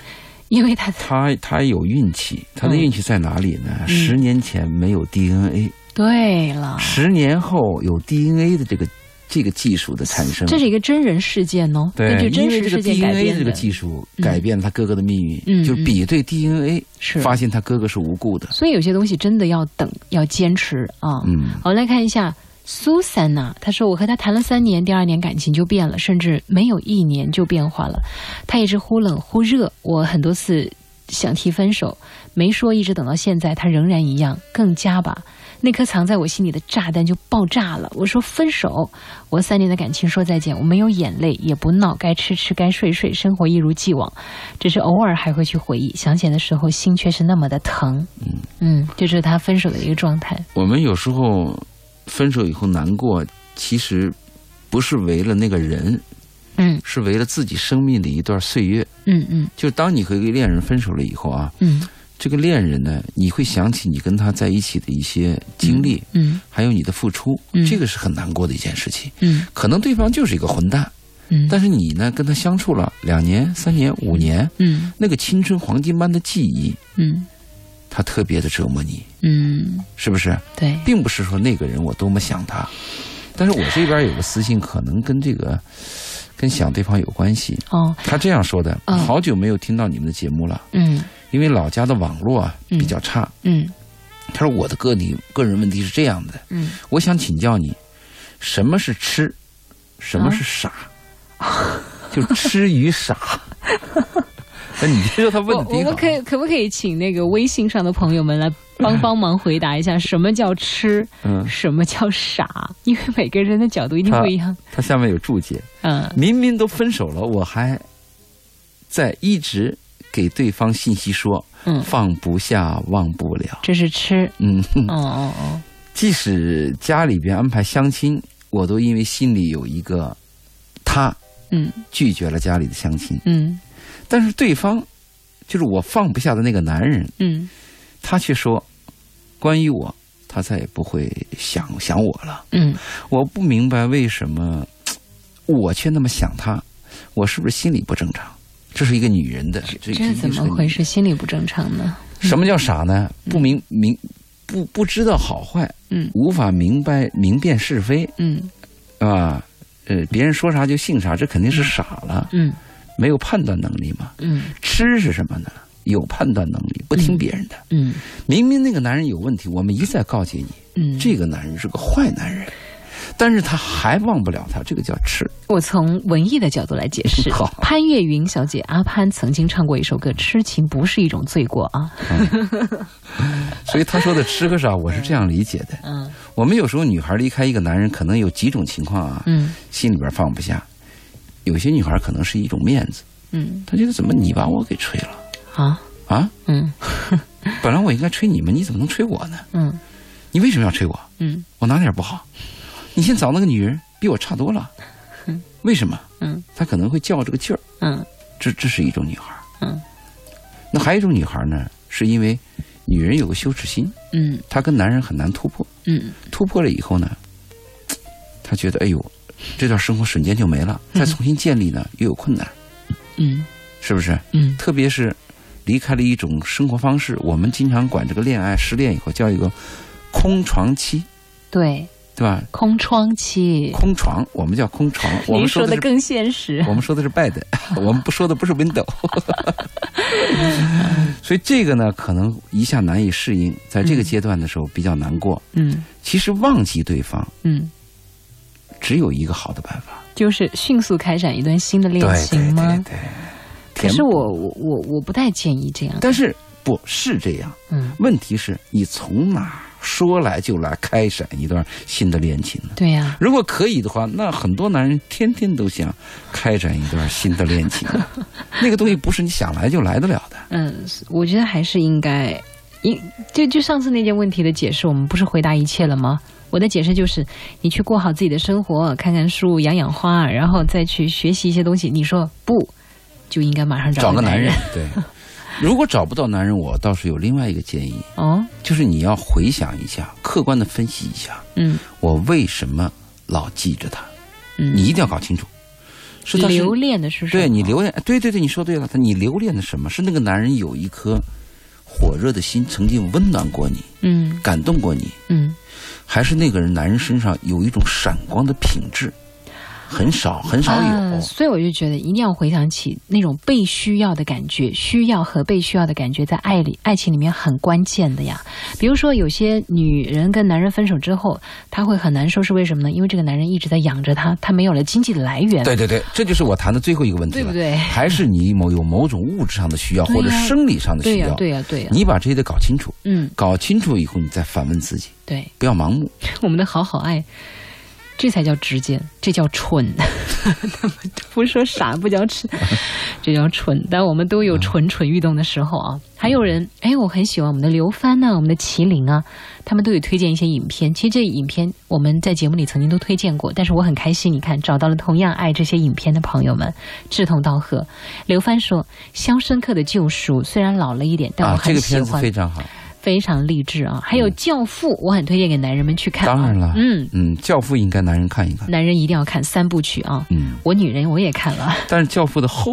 [SPEAKER 1] 因为她
[SPEAKER 2] 他他有运气，他的
[SPEAKER 1] 嗯
[SPEAKER 2] 运气在哪里呢？十年前没有 DNA，
[SPEAKER 1] 对了，
[SPEAKER 2] 十年后有 DNA 的这个这个技术的产生，
[SPEAKER 1] 这是一个真人事件哦，
[SPEAKER 2] 对
[SPEAKER 1] 根据，
[SPEAKER 2] 因
[SPEAKER 1] 真
[SPEAKER 2] 为
[SPEAKER 1] 实
[SPEAKER 2] 这个
[SPEAKER 1] 事件改
[SPEAKER 2] DNA
[SPEAKER 1] 编
[SPEAKER 2] 这个
[SPEAKER 1] 的，
[SPEAKER 2] 技术
[SPEAKER 1] 嗯
[SPEAKER 2] 改变了他哥哥的命运，
[SPEAKER 1] 嗯
[SPEAKER 2] 就是比对 DNA，
[SPEAKER 1] 是。
[SPEAKER 2] 发现他哥哥是无辜的。
[SPEAKER 1] 所以有些东西真的要等，要坚持啊。
[SPEAKER 2] 嗯，
[SPEAKER 1] 好，来看一下苏珊娜，她说我和他谈了三年，第二年感情就变了，甚至没有一年就变化了。他一直忽冷忽热，我很多次想提分手，没说，一直等到现在，他仍然一样，更加吧。那颗藏在我心里的炸弹就爆炸了。我说分手，我三年的感情说再见，我没有眼泪，也不闹，该吃吃，该睡睡，生活一如既往，只是偶尔还会去回忆，想起来的时候心却是那么的疼。嗯，这是他分手的一个状态。
[SPEAKER 2] 我们有时候分手以后难过，其实不是为了那个人，
[SPEAKER 1] 嗯
[SPEAKER 2] 是为了自己生命的一段岁月。
[SPEAKER 1] 嗯嗯
[SPEAKER 2] 就当你和一个恋人分手了以后啊，
[SPEAKER 1] 嗯
[SPEAKER 2] 这个恋人呢，你会想起你跟他在一起的一些经历，
[SPEAKER 1] 嗯
[SPEAKER 2] 还有你的付出，
[SPEAKER 1] 嗯
[SPEAKER 2] 这个是很难过的一件事情。
[SPEAKER 1] 嗯
[SPEAKER 2] 可能对方就是一个混蛋，
[SPEAKER 1] 嗯
[SPEAKER 2] 但是你呢，跟他相处了两年、三年、五年，
[SPEAKER 1] 嗯
[SPEAKER 2] 那个青春黄金般的记忆，
[SPEAKER 1] 嗯
[SPEAKER 2] 他特别的折磨你，
[SPEAKER 1] 嗯，
[SPEAKER 2] 是不是？
[SPEAKER 1] 对，
[SPEAKER 2] 并不是说那个人我多么想他，但是我这边有个私信，可能跟这个跟想对方有关系。
[SPEAKER 1] 哦，
[SPEAKER 2] 他这样说的：
[SPEAKER 1] 嗯
[SPEAKER 2] 好久没有听到你们的节目了，
[SPEAKER 1] 嗯
[SPEAKER 2] 因为老家的网络啊
[SPEAKER 1] 嗯
[SPEAKER 2] 比较差。
[SPEAKER 1] 嗯
[SPEAKER 2] 他说我的个体个人问题是这样的，
[SPEAKER 1] 嗯，
[SPEAKER 2] 我想请教你，什么是痴，什么是傻？
[SPEAKER 1] 啊
[SPEAKER 2] 就痴与 傻。那你就说他问
[SPEAKER 1] 我
[SPEAKER 2] 的
[SPEAKER 1] 我
[SPEAKER 2] 挺好
[SPEAKER 1] 们。可以可不可以请那个微信上的朋友们来帮帮忙回答一下，什么叫痴，
[SPEAKER 2] 嗯，
[SPEAKER 1] 什么叫傻？因为每个人的角度一定不一样。
[SPEAKER 2] 他下面有注解。
[SPEAKER 1] 嗯
[SPEAKER 2] 明明都分手了，我还在一直给对方信息说
[SPEAKER 1] 嗯，
[SPEAKER 2] 放不下、忘不了。
[SPEAKER 1] 这是痴。
[SPEAKER 2] 嗯，
[SPEAKER 1] 哦哦哦，
[SPEAKER 2] 即使家里边安排相亲，我都因为心里有一个他
[SPEAKER 1] 嗯
[SPEAKER 2] 拒绝了家里的相亲。
[SPEAKER 1] 嗯
[SPEAKER 2] 但是对方就是我放不下的那个男人，
[SPEAKER 1] 嗯
[SPEAKER 2] 他却说关于我，他再也不会想想我了。
[SPEAKER 1] 嗯
[SPEAKER 2] 我不明白为什么我却那么想他，我是不是心理不正常？这是一个女人的，这
[SPEAKER 1] 这怎么回？
[SPEAKER 2] 这
[SPEAKER 1] 事？嗯心理不正常呢？
[SPEAKER 2] 是什么叫傻呢？不明明不不知道好坏，
[SPEAKER 1] 嗯
[SPEAKER 2] 无法明白明辨是非
[SPEAKER 1] 嗯
[SPEAKER 2] 啊。呃，别人说啥就信啥，这肯定是傻了，
[SPEAKER 1] 嗯
[SPEAKER 2] 没有判断能力嘛。
[SPEAKER 1] 嗯
[SPEAKER 2] 痴是什么呢？有判断能力，不听别人的。
[SPEAKER 1] 嗯
[SPEAKER 2] 明明那个男人有问题，我们一再告诫你，
[SPEAKER 1] 嗯，
[SPEAKER 2] 这个男人是个坏男人，但是他还忘不了他，这个叫痴。
[SPEAKER 1] 我从文艺的角度来解释
[SPEAKER 2] 好，
[SPEAKER 1] 潘越云小姐阿潘曾经唱过一首歌《痴情不是一种罪过》啊，
[SPEAKER 2] 所以他说的吃和少，我是这样理解的。
[SPEAKER 1] 嗯
[SPEAKER 2] 我们有时候女孩离开一个男人，可能有几种情况啊，
[SPEAKER 1] 嗯
[SPEAKER 2] 心里边放不下。有些女孩可能是一种面子，
[SPEAKER 1] 嗯，
[SPEAKER 2] 她觉得怎么你把我给吹了
[SPEAKER 1] 好，
[SPEAKER 2] 啊？
[SPEAKER 1] 嗯
[SPEAKER 2] 本来我应该吹你们，你怎么能吹我呢？
[SPEAKER 1] 嗯
[SPEAKER 2] 你为什么要吹我？
[SPEAKER 1] 嗯
[SPEAKER 2] 我哪点不好？你先找那个女人比我差多了，为什么？
[SPEAKER 1] 嗯
[SPEAKER 2] 她可能会较这个劲儿，
[SPEAKER 1] 嗯
[SPEAKER 2] 这这是一种女孩。
[SPEAKER 1] 嗯
[SPEAKER 2] 那还有一种女孩呢，是因为女人有个羞耻心，
[SPEAKER 1] 嗯
[SPEAKER 2] 她跟男人很难突破。
[SPEAKER 1] 嗯
[SPEAKER 2] 突破了以后呢，他觉得哎呦，这段生活瞬间就没了，再重新建立呢又有困难，
[SPEAKER 1] 嗯
[SPEAKER 2] 是不是？
[SPEAKER 1] 嗯
[SPEAKER 2] 特别是离开了一种生活方式，我们经常管这个恋爱失恋以后叫一个空床期，
[SPEAKER 1] 对，
[SPEAKER 2] 对吧？
[SPEAKER 1] 空窗期，
[SPEAKER 2] 空床，我们叫空 床，我
[SPEAKER 1] 您
[SPEAKER 2] 们说
[SPEAKER 1] 的
[SPEAKER 2] 的是。
[SPEAKER 1] 更现实
[SPEAKER 2] 我，们说的 是 bed，我们不说的不是 window，所以这个呢，可能一下难以适应，在这个阶段的时候比较难过。
[SPEAKER 1] 嗯
[SPEAKER 2] 其实忘记对方
[SPEAKER 1] 嗯，
[SPEAKER 2] 只有一个好的办法，
[SPEAKER 1] 就是迅速开展一段新的恋
[SPEAKER 2] 对
[SPEAKER 1] 情吗？
[SPEAKER 2] 对对对
[SPEAKER 1] 可
[SPEAKER 2] 填
[SPEAKER 1] 是
[SPEAKER 2] 补
[SPEAKER 1] 我我我我不太建议这样，
[SPEAKER 2] 但是不是这样？
[SPEAKER 1] 嗯
[SPEAKER 2] 问题是你从哪儿说来就来开展一段新的恋情呢？
[SPEAKER 1] 对呀、
[SPEAKER 2] 如果可以的话，那很多男人天天都想开展一段新的恋情，那个东西不是你想来就来得了的。
[SPEAKER 1] 嗯，我觉得还是应该，应就就上次那件问题的解释，我们不是回答一切了吗？我的解释就是，你去过好自己的生活，看看书，养养花，然后再去学习一些东西。你说不，就应该马上
[SPEAKER 2] 找
[SPEAKER 1] 个
[SPEAKER 2] 个男
[SPEAKER 1] 人
[SPEAKER 2] 人，对。如果找不到男人，我倒是有另外一个建议，
[SPEAKER 1] 哦，
[SPEAKER 2] 就是你要回想一下，客观的分析一下，
[SPEAKER 1] 嗯
[SPEAKER 2] 我为什么老记着他？
[SPEAKER 1] 嗯，
[SPEAKER 2] 你一定要搞清楚，是他是
[SPEAKER 1] 留恋的是什么？
[SPEAKER 2] 对你留恋，哎对对对，你说对了，他你留恋的什么？是那个男人有一颗火热的心，曾经温暖过你，
[SPEAKER 1] 嗯
[SPEAKER 2] 感动过你，
[SPEAKER 1] 嗯，
[SPEAKER 2] 还是那个人男人身上有一种闪光的品质，很少很少有。
[SPEAKER 1] 啊所以我就觉得一定要回想起那种被需要的感觉，需要和被需要的感觉在爱里、爱情里面很关键的呀。比如说，有些女人跟男人分手之后，她会很难受，是为什么呢？因为这个男人一直在养着她，她没有了经济的来源，
[SPEAKER 2] 对对对，这就是我谈的最后一个问题
[SPEAKER 1] 对
[SPEAKER 2] 了，
[SPEAKER 1] 不对？
[SPEAKER 2] 还是你某有某种物质上的需要，
[SPEAKER 1] 对呀
[SPEAKER 2] 或者生理上的
[SPEAKER 1] 对
[SPEAKER 2] 需
[SPEAKER 1] 呀、
[SPEAKER 2] 要，
[SPEAKER 1] 对呀、对呀、
[SPEAKER 2] 你把这些得搞清楚，
[SPEAKER 1] 嗯，
[SPEAKER 2] 搞清楚以后，你再反问自己，
[SPEAKER 1] 对，
[SPEAKER 2] 不要盲目。
[SPEAKER 1] 我们的好好爱。这才叫直接，这叫蠢。 他们不说傻，不叫 蠢，这叫蠢。但我们都有蠢蠢欲动的时候啊。还有人，哎，我很喜欢我们的刘帆呐、我们的麒麟啊，他们都有推荐一些影片。其实这影片我们在节目里曾经都推荐过，但是我很开心，你看找到了同样爱这些影片的朋友们，志同道合。刘帆说，《肖申克的救赎》虽然老了一点，但我
[SPEAKER 2] 啊，这
[SPEAKER 1] 很
[SPEAKER 2] 个
[SPEAKER 1] 喜
[SPEAKER 2] 片子
[SPEAKER 1] 欢，
[SPEAKER 2] 非常好，
[SPEAKER 1] 非常励志啊。还有《教父》，我很推荐给男人们去看、啊。
[SPEAKER 2] 当然了
[SPEAKER 1] 嗯，
[SPEAKER 2] 嗯，《教父》应该男人看一看，
[SPEAKER 1] 男人一定要看三部曲啊！
[SPEAKER 2] 嗯，
[SPEAKER 1] 我女人我也看了，
[SPEAKER 2] 但是《教父》的后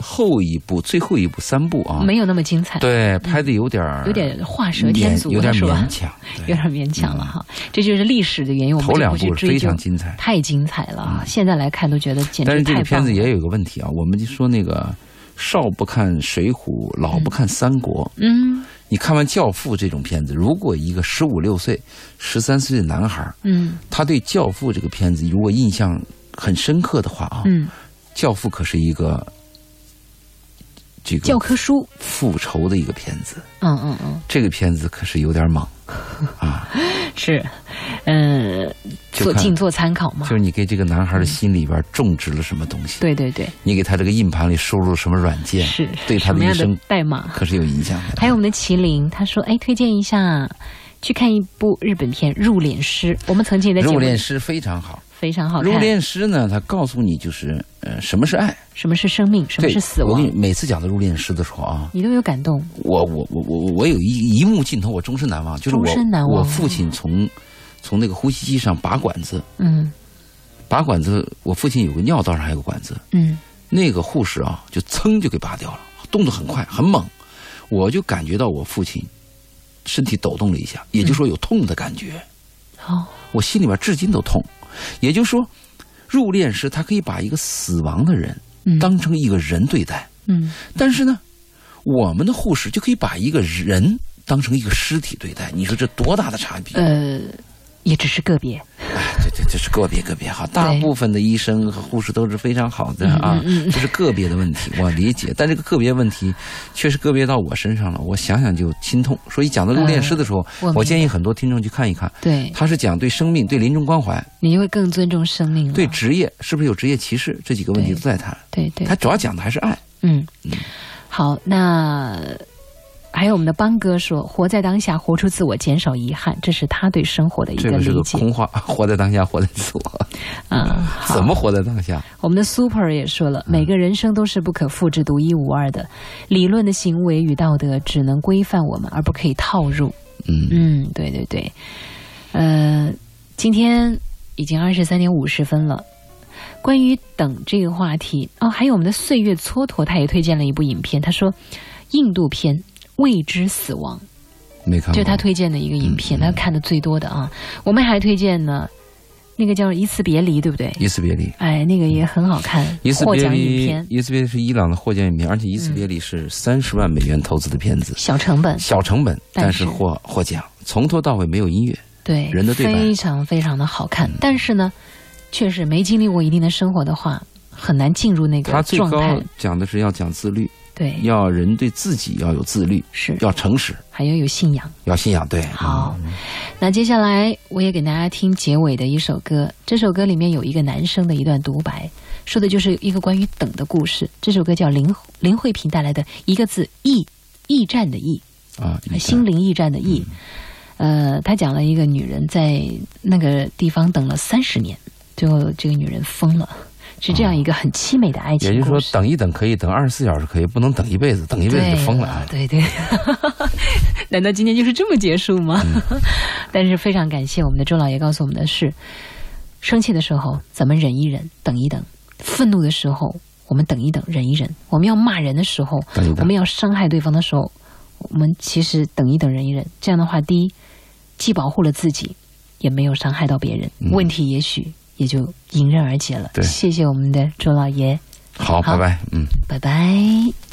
[SPEAKER 2] 后一部、最后一部三部啊，
[SPEAKER 1] 没有那么精彩，
[SPEAKER 2] 对拍的有点儿
[SPEAKER 1] 有点画蛇添足
[SPEAKER 2] 勉有点
[SPEAKER 1] 了，是吧
[SPEAKER 2] 勉？强，
[SPEAKER 1] 有
[SPEAKER 2] 对，
[SPEAKER 1] 点勉强了哈，这就是历史的原因，我们
[SPEAKER 2] 头
[SPEAKER 1] 就
[SPEAKER 2] 两
[SPEAKER 1] 不去
[SPEAKER 2] 部是
[SPEAKER 1] 追
[SPEAKER 2] 非
[SPEAKER 1] 究
[SPEAKER 2] 常，精彩。嗯
[SPEAKER 1] 太精彩了啊！现在来看都觉得简
[SPEAKER 2] 但
[SPEAKER 1] 直
[SPEAKER 2] 是这
[SPEAKER 1] 太
[SPEAKER 2] 个片
[SPEAKER 1] 棒
[SPEAKER 2] 子
[SPEAKER 1] 了。
[SPEAKER 2] 也有一个问题啊，我们就说那个少不看《水浒》，老不看《三国》
[SPEAKER 1] 嗯
[SPEAKER 2] 你看完《教父》这种片子，如果一个十五六岁、十三岁的男孩儿，
[SPEAKER 1] 嗯
[SPEAKER 2] 他对《教父》这个片子如果印象很深刻的话啊，
[SPEAKER 1] 嗯，
[SPEAKER 2] 教父》可是一个这
[SPEAKER 1] 教
[SPEAKER 2] 个
[SPEAKER 1] 科书，
[SPEAKER 2] 复仇的一个片子，
[SPEAKER 1] 嗯嗯嗯，
[SPEAKER 2] 这个片子可是有点猛啊！
[SPEAKER 1] 是，嗯，
[SPEAKER 2] 就
[SPEAKER 1] 做
[SPEAKER 2] 看
[SPEAKER 1] 仅做参考嘛
[SPEAKER 2] 就。是你给这个男孩的心里边种植了什么东西，
[SPEAKER 1] 对对对，
[SPEAKER 2] 你给他这个硬盘里收入了什么软 件，
[SPEAKER 1] 是
[SPEAKER 2] 对他
[SPEAKER 1] 什
[SPEAKER 2] 的
[SPEAKER 1] 么
[SPEAKER 2] 一
[SPEAKER 1] 样的
[SPEAKER 2] 生
[SPEAKER 1] 代码？
[SPEAKER 2] 可是有影响的。
[SPEAKER 1] 还有我们的麒麟，他说：“哎，推荐一下，去看一部日本片《入殓师》。我们曾经也在节目
[SPEAKER 2] 入殓
[SPEAKER 1] 里
[SPEAKER 2] 师非常好，
[SPEAKER 1] 非常好
[SPEAKER 2] 入
[SPEAKER 1] 看。
[SPEAKER 2] 殓师呢，他告诉你就是呃什么是爱，
[SPEAKER 1] 什么是生命，什么
[SPEAKER 2] 对，
[SPEAKER 1] 是死
[SPEAKER 2] 我
[SPEAKER 1] 亡
[SPEAKER 2] 跟你，每次讲到入殓师的时候啊，
[SPEAKER 1] 你都有感动。
[SPEAKER 2] 我我我我我有一一幕镜头我终身难忘，就是我
[SPEAKER 1] 终身难忘
[SPEAKER 2] 我父亲从从那个呼吸机上拔管子，
[SPEAKER 1] 嗯
[SPEAKER 2] 拔管子，我父亲有个尿道上还有个管子，
[SPEAKER 1] 嗯
[SPEAKER 2] 那个护士啊就噌就给拔掉了，动作很快很猛，我就感觉到我父亲身体抖动了一下，也就是说有痛的感觉，
[SPEAKER 1] 哦，
[SPEAKER 2] 我心里边至今都痛，也就是说。入殓师，他可以把一个死亡的人
[SPEAKER 1] 嗯
[SPEAKER 2] 当成一个人对待，
[SPEAKER 1] 嗯
[SPEAKER 2] 但是呢，我们的护士就可以把一个人当成一个尸体对待，你说这多大的差别？
[SPEAKER 1] 呃，也只是个别。
[SPEAKER 2] 哎，这这这是个别个别哈，大部分的医生和护士都是非常好的
[SPEAKER 1] 嗯
[SPEAKER 2] 啊，这是个别的问题，我理解。但这个个别问题确实个别到我身上了，我想想就心痛。所以讲到入殓师的时候，
[SPEAKER 1] 嗯我明白
[SPEAKER 2] 我建议很多听众去看一看，
[SPEAKER 1] 对，
[SPEAKER 2] 他是讲对生命、对临终关怀、
[SPEAKER 1] 你就会更尊重生命了。
[SPEAKER 2] 对职业是不是有职业歧视这几个问题
[SPEAKER 1] 嗯对
[SPEAKER 2] 都在谈。
[SPEAKER 1] 对对
[SPEAKER 2] 他主要讲的还是爱。
[SPEAKER 1] 嗯，好，那还有我们的邦哥说，活在当下，活出自我，减少遗憾，这是他对生活的一
[SPEAKER 2] 这
[SPEAKER 1] 个
[SPEAKER 2] 个是
[SPEAKER 1] 理
[SPEAKER 2] 个
[SPEAKER 1] 解
[SPEAKER 2] 空话，活在当下，活在自我，
[SPEAKER 1] 啊。好
[SPEAKER 2] 怎么活在当下？
[SPEAKER 1] 我们的 Super 也说了，每个人生都是不可复制、独一无二的，理论的行为与道德只能规范我们，而不可以套入。
[SPEAKER 2] 嗯
[SPEAKER 1] 嗯，对对对，呃，今天已经二十三点五十分了。关于等这个话题哦，还有我们的岁月蹉跎，他也推荐了一部影片，他说印度片《未知死亡》，
[SPEAKER 2] 没看过。
[SPEAKER 1] 就是他推荐的一个影片，他看的最多的啊。我们还推荐呢，那个叫《一次别离》，对不对？
[SPEAKER 2] 伊斯别离，
[SPEAKER 1] 哎，那个也很好看，
[SPEAKER 2] 伊斯
[SPEAKER 1] 获
[SPEAKER 2] 别
[SPEAKER 1] 奖影
[SPEAKER 2] 离
[SPEAKER 1] 片，，嗯
[SPEAKER 2] 伊斯别离是伊朗的获奖影片，而且伊斯别离是三十万美元投资的片子，
[SPEAKER 1] 小成本，
[SPEAKER 2] 小成本，
[SPEAKER 1] 但
[SPEAKER 2] 但
[SPEAKER 1] 是
[SPEAKER 2] 是获获奖，从头到尾没有音乐，
[SPEAKER 1] 对，
[SPEAKER 2] 人的对白
[SPEAKER 1] 非常非常的好看。但是呢，确实没经历过一定的生活的话，很难进入那个
[SPEAKER 2] 他最
[SPEAKER 1] 状态
[SPEAKER 2] 高。讲的是要讲自律，
[SPEAKER 1] 对，
[SPEAKER 2] 要人对自己要有自律，
[SPEAKER 1] 是，
[SPEAKER 2] 要诚实，
[SPEAKER 1] 还要有信仰。
[SPEAKER 2] 要信仰。对，
[SPEAKER 1] 嗯好，
[SPEAKER 2] 嗯
[SPEAKER 1] 那接下来我也给大家听结尾的一首歌，这首歌里面有一个男生的一段独白，说的就是一个关于等的故事。这首歌叫林林慧萍带来的一个字“驿”，驿站的“驿”。
[SPEAKER 2] 啊，你看
[SPEAKER 1] 心灵驿站的
[SPEAKER 2] 嗯
[SPEAKER 1] 驿。呃，他讲了一个女人在那个地方等了三十年，最后这个女人疯了，是这样一个很凄美的爱情
[SPEAKER 2] 哦也就是
[SPEAKER 1] 故
[SPEAKER 2] 说
[SPEAKER 1] 事。，
[SPEAKER 2] 等一等可以，等二十四小时可以，不能等一辈子，等一辈子就疯了啊！
[SPEAKER 1] 对对， 难道今天就是这么结束吗？
[SPEAKER 2] 嗯
[SPEAKER 1] 但是非常感谢我们的周老爷告诉我们的是：生气的时候咱们忍一忍，等一等；愤怒的时候我们等一等，忍一忍；我们要骂人的时候，
[SPEAKER 2] 等一
[SPEAKER 1] 我
[SPEAKER 2] 等
[SPEAKER 1] 们，要伤害对方的时候，我们其实等一等，忍一忍。这样的话，第一，既保护了自己，也没有伤害到别人，
[SPEAKER 2] 嗯
[SPEAKER 1] 问题也许也就迎刃而解了。
[SPEAKER 2] 对
[SPEAKER 1] 谢谢我们的周老爷，
[SPEAKER 2] 好，
[SPEAKER 1] 好
[SPEAKER 2] 拜拜，嗯。
[SPEAKER 1] 拜拜。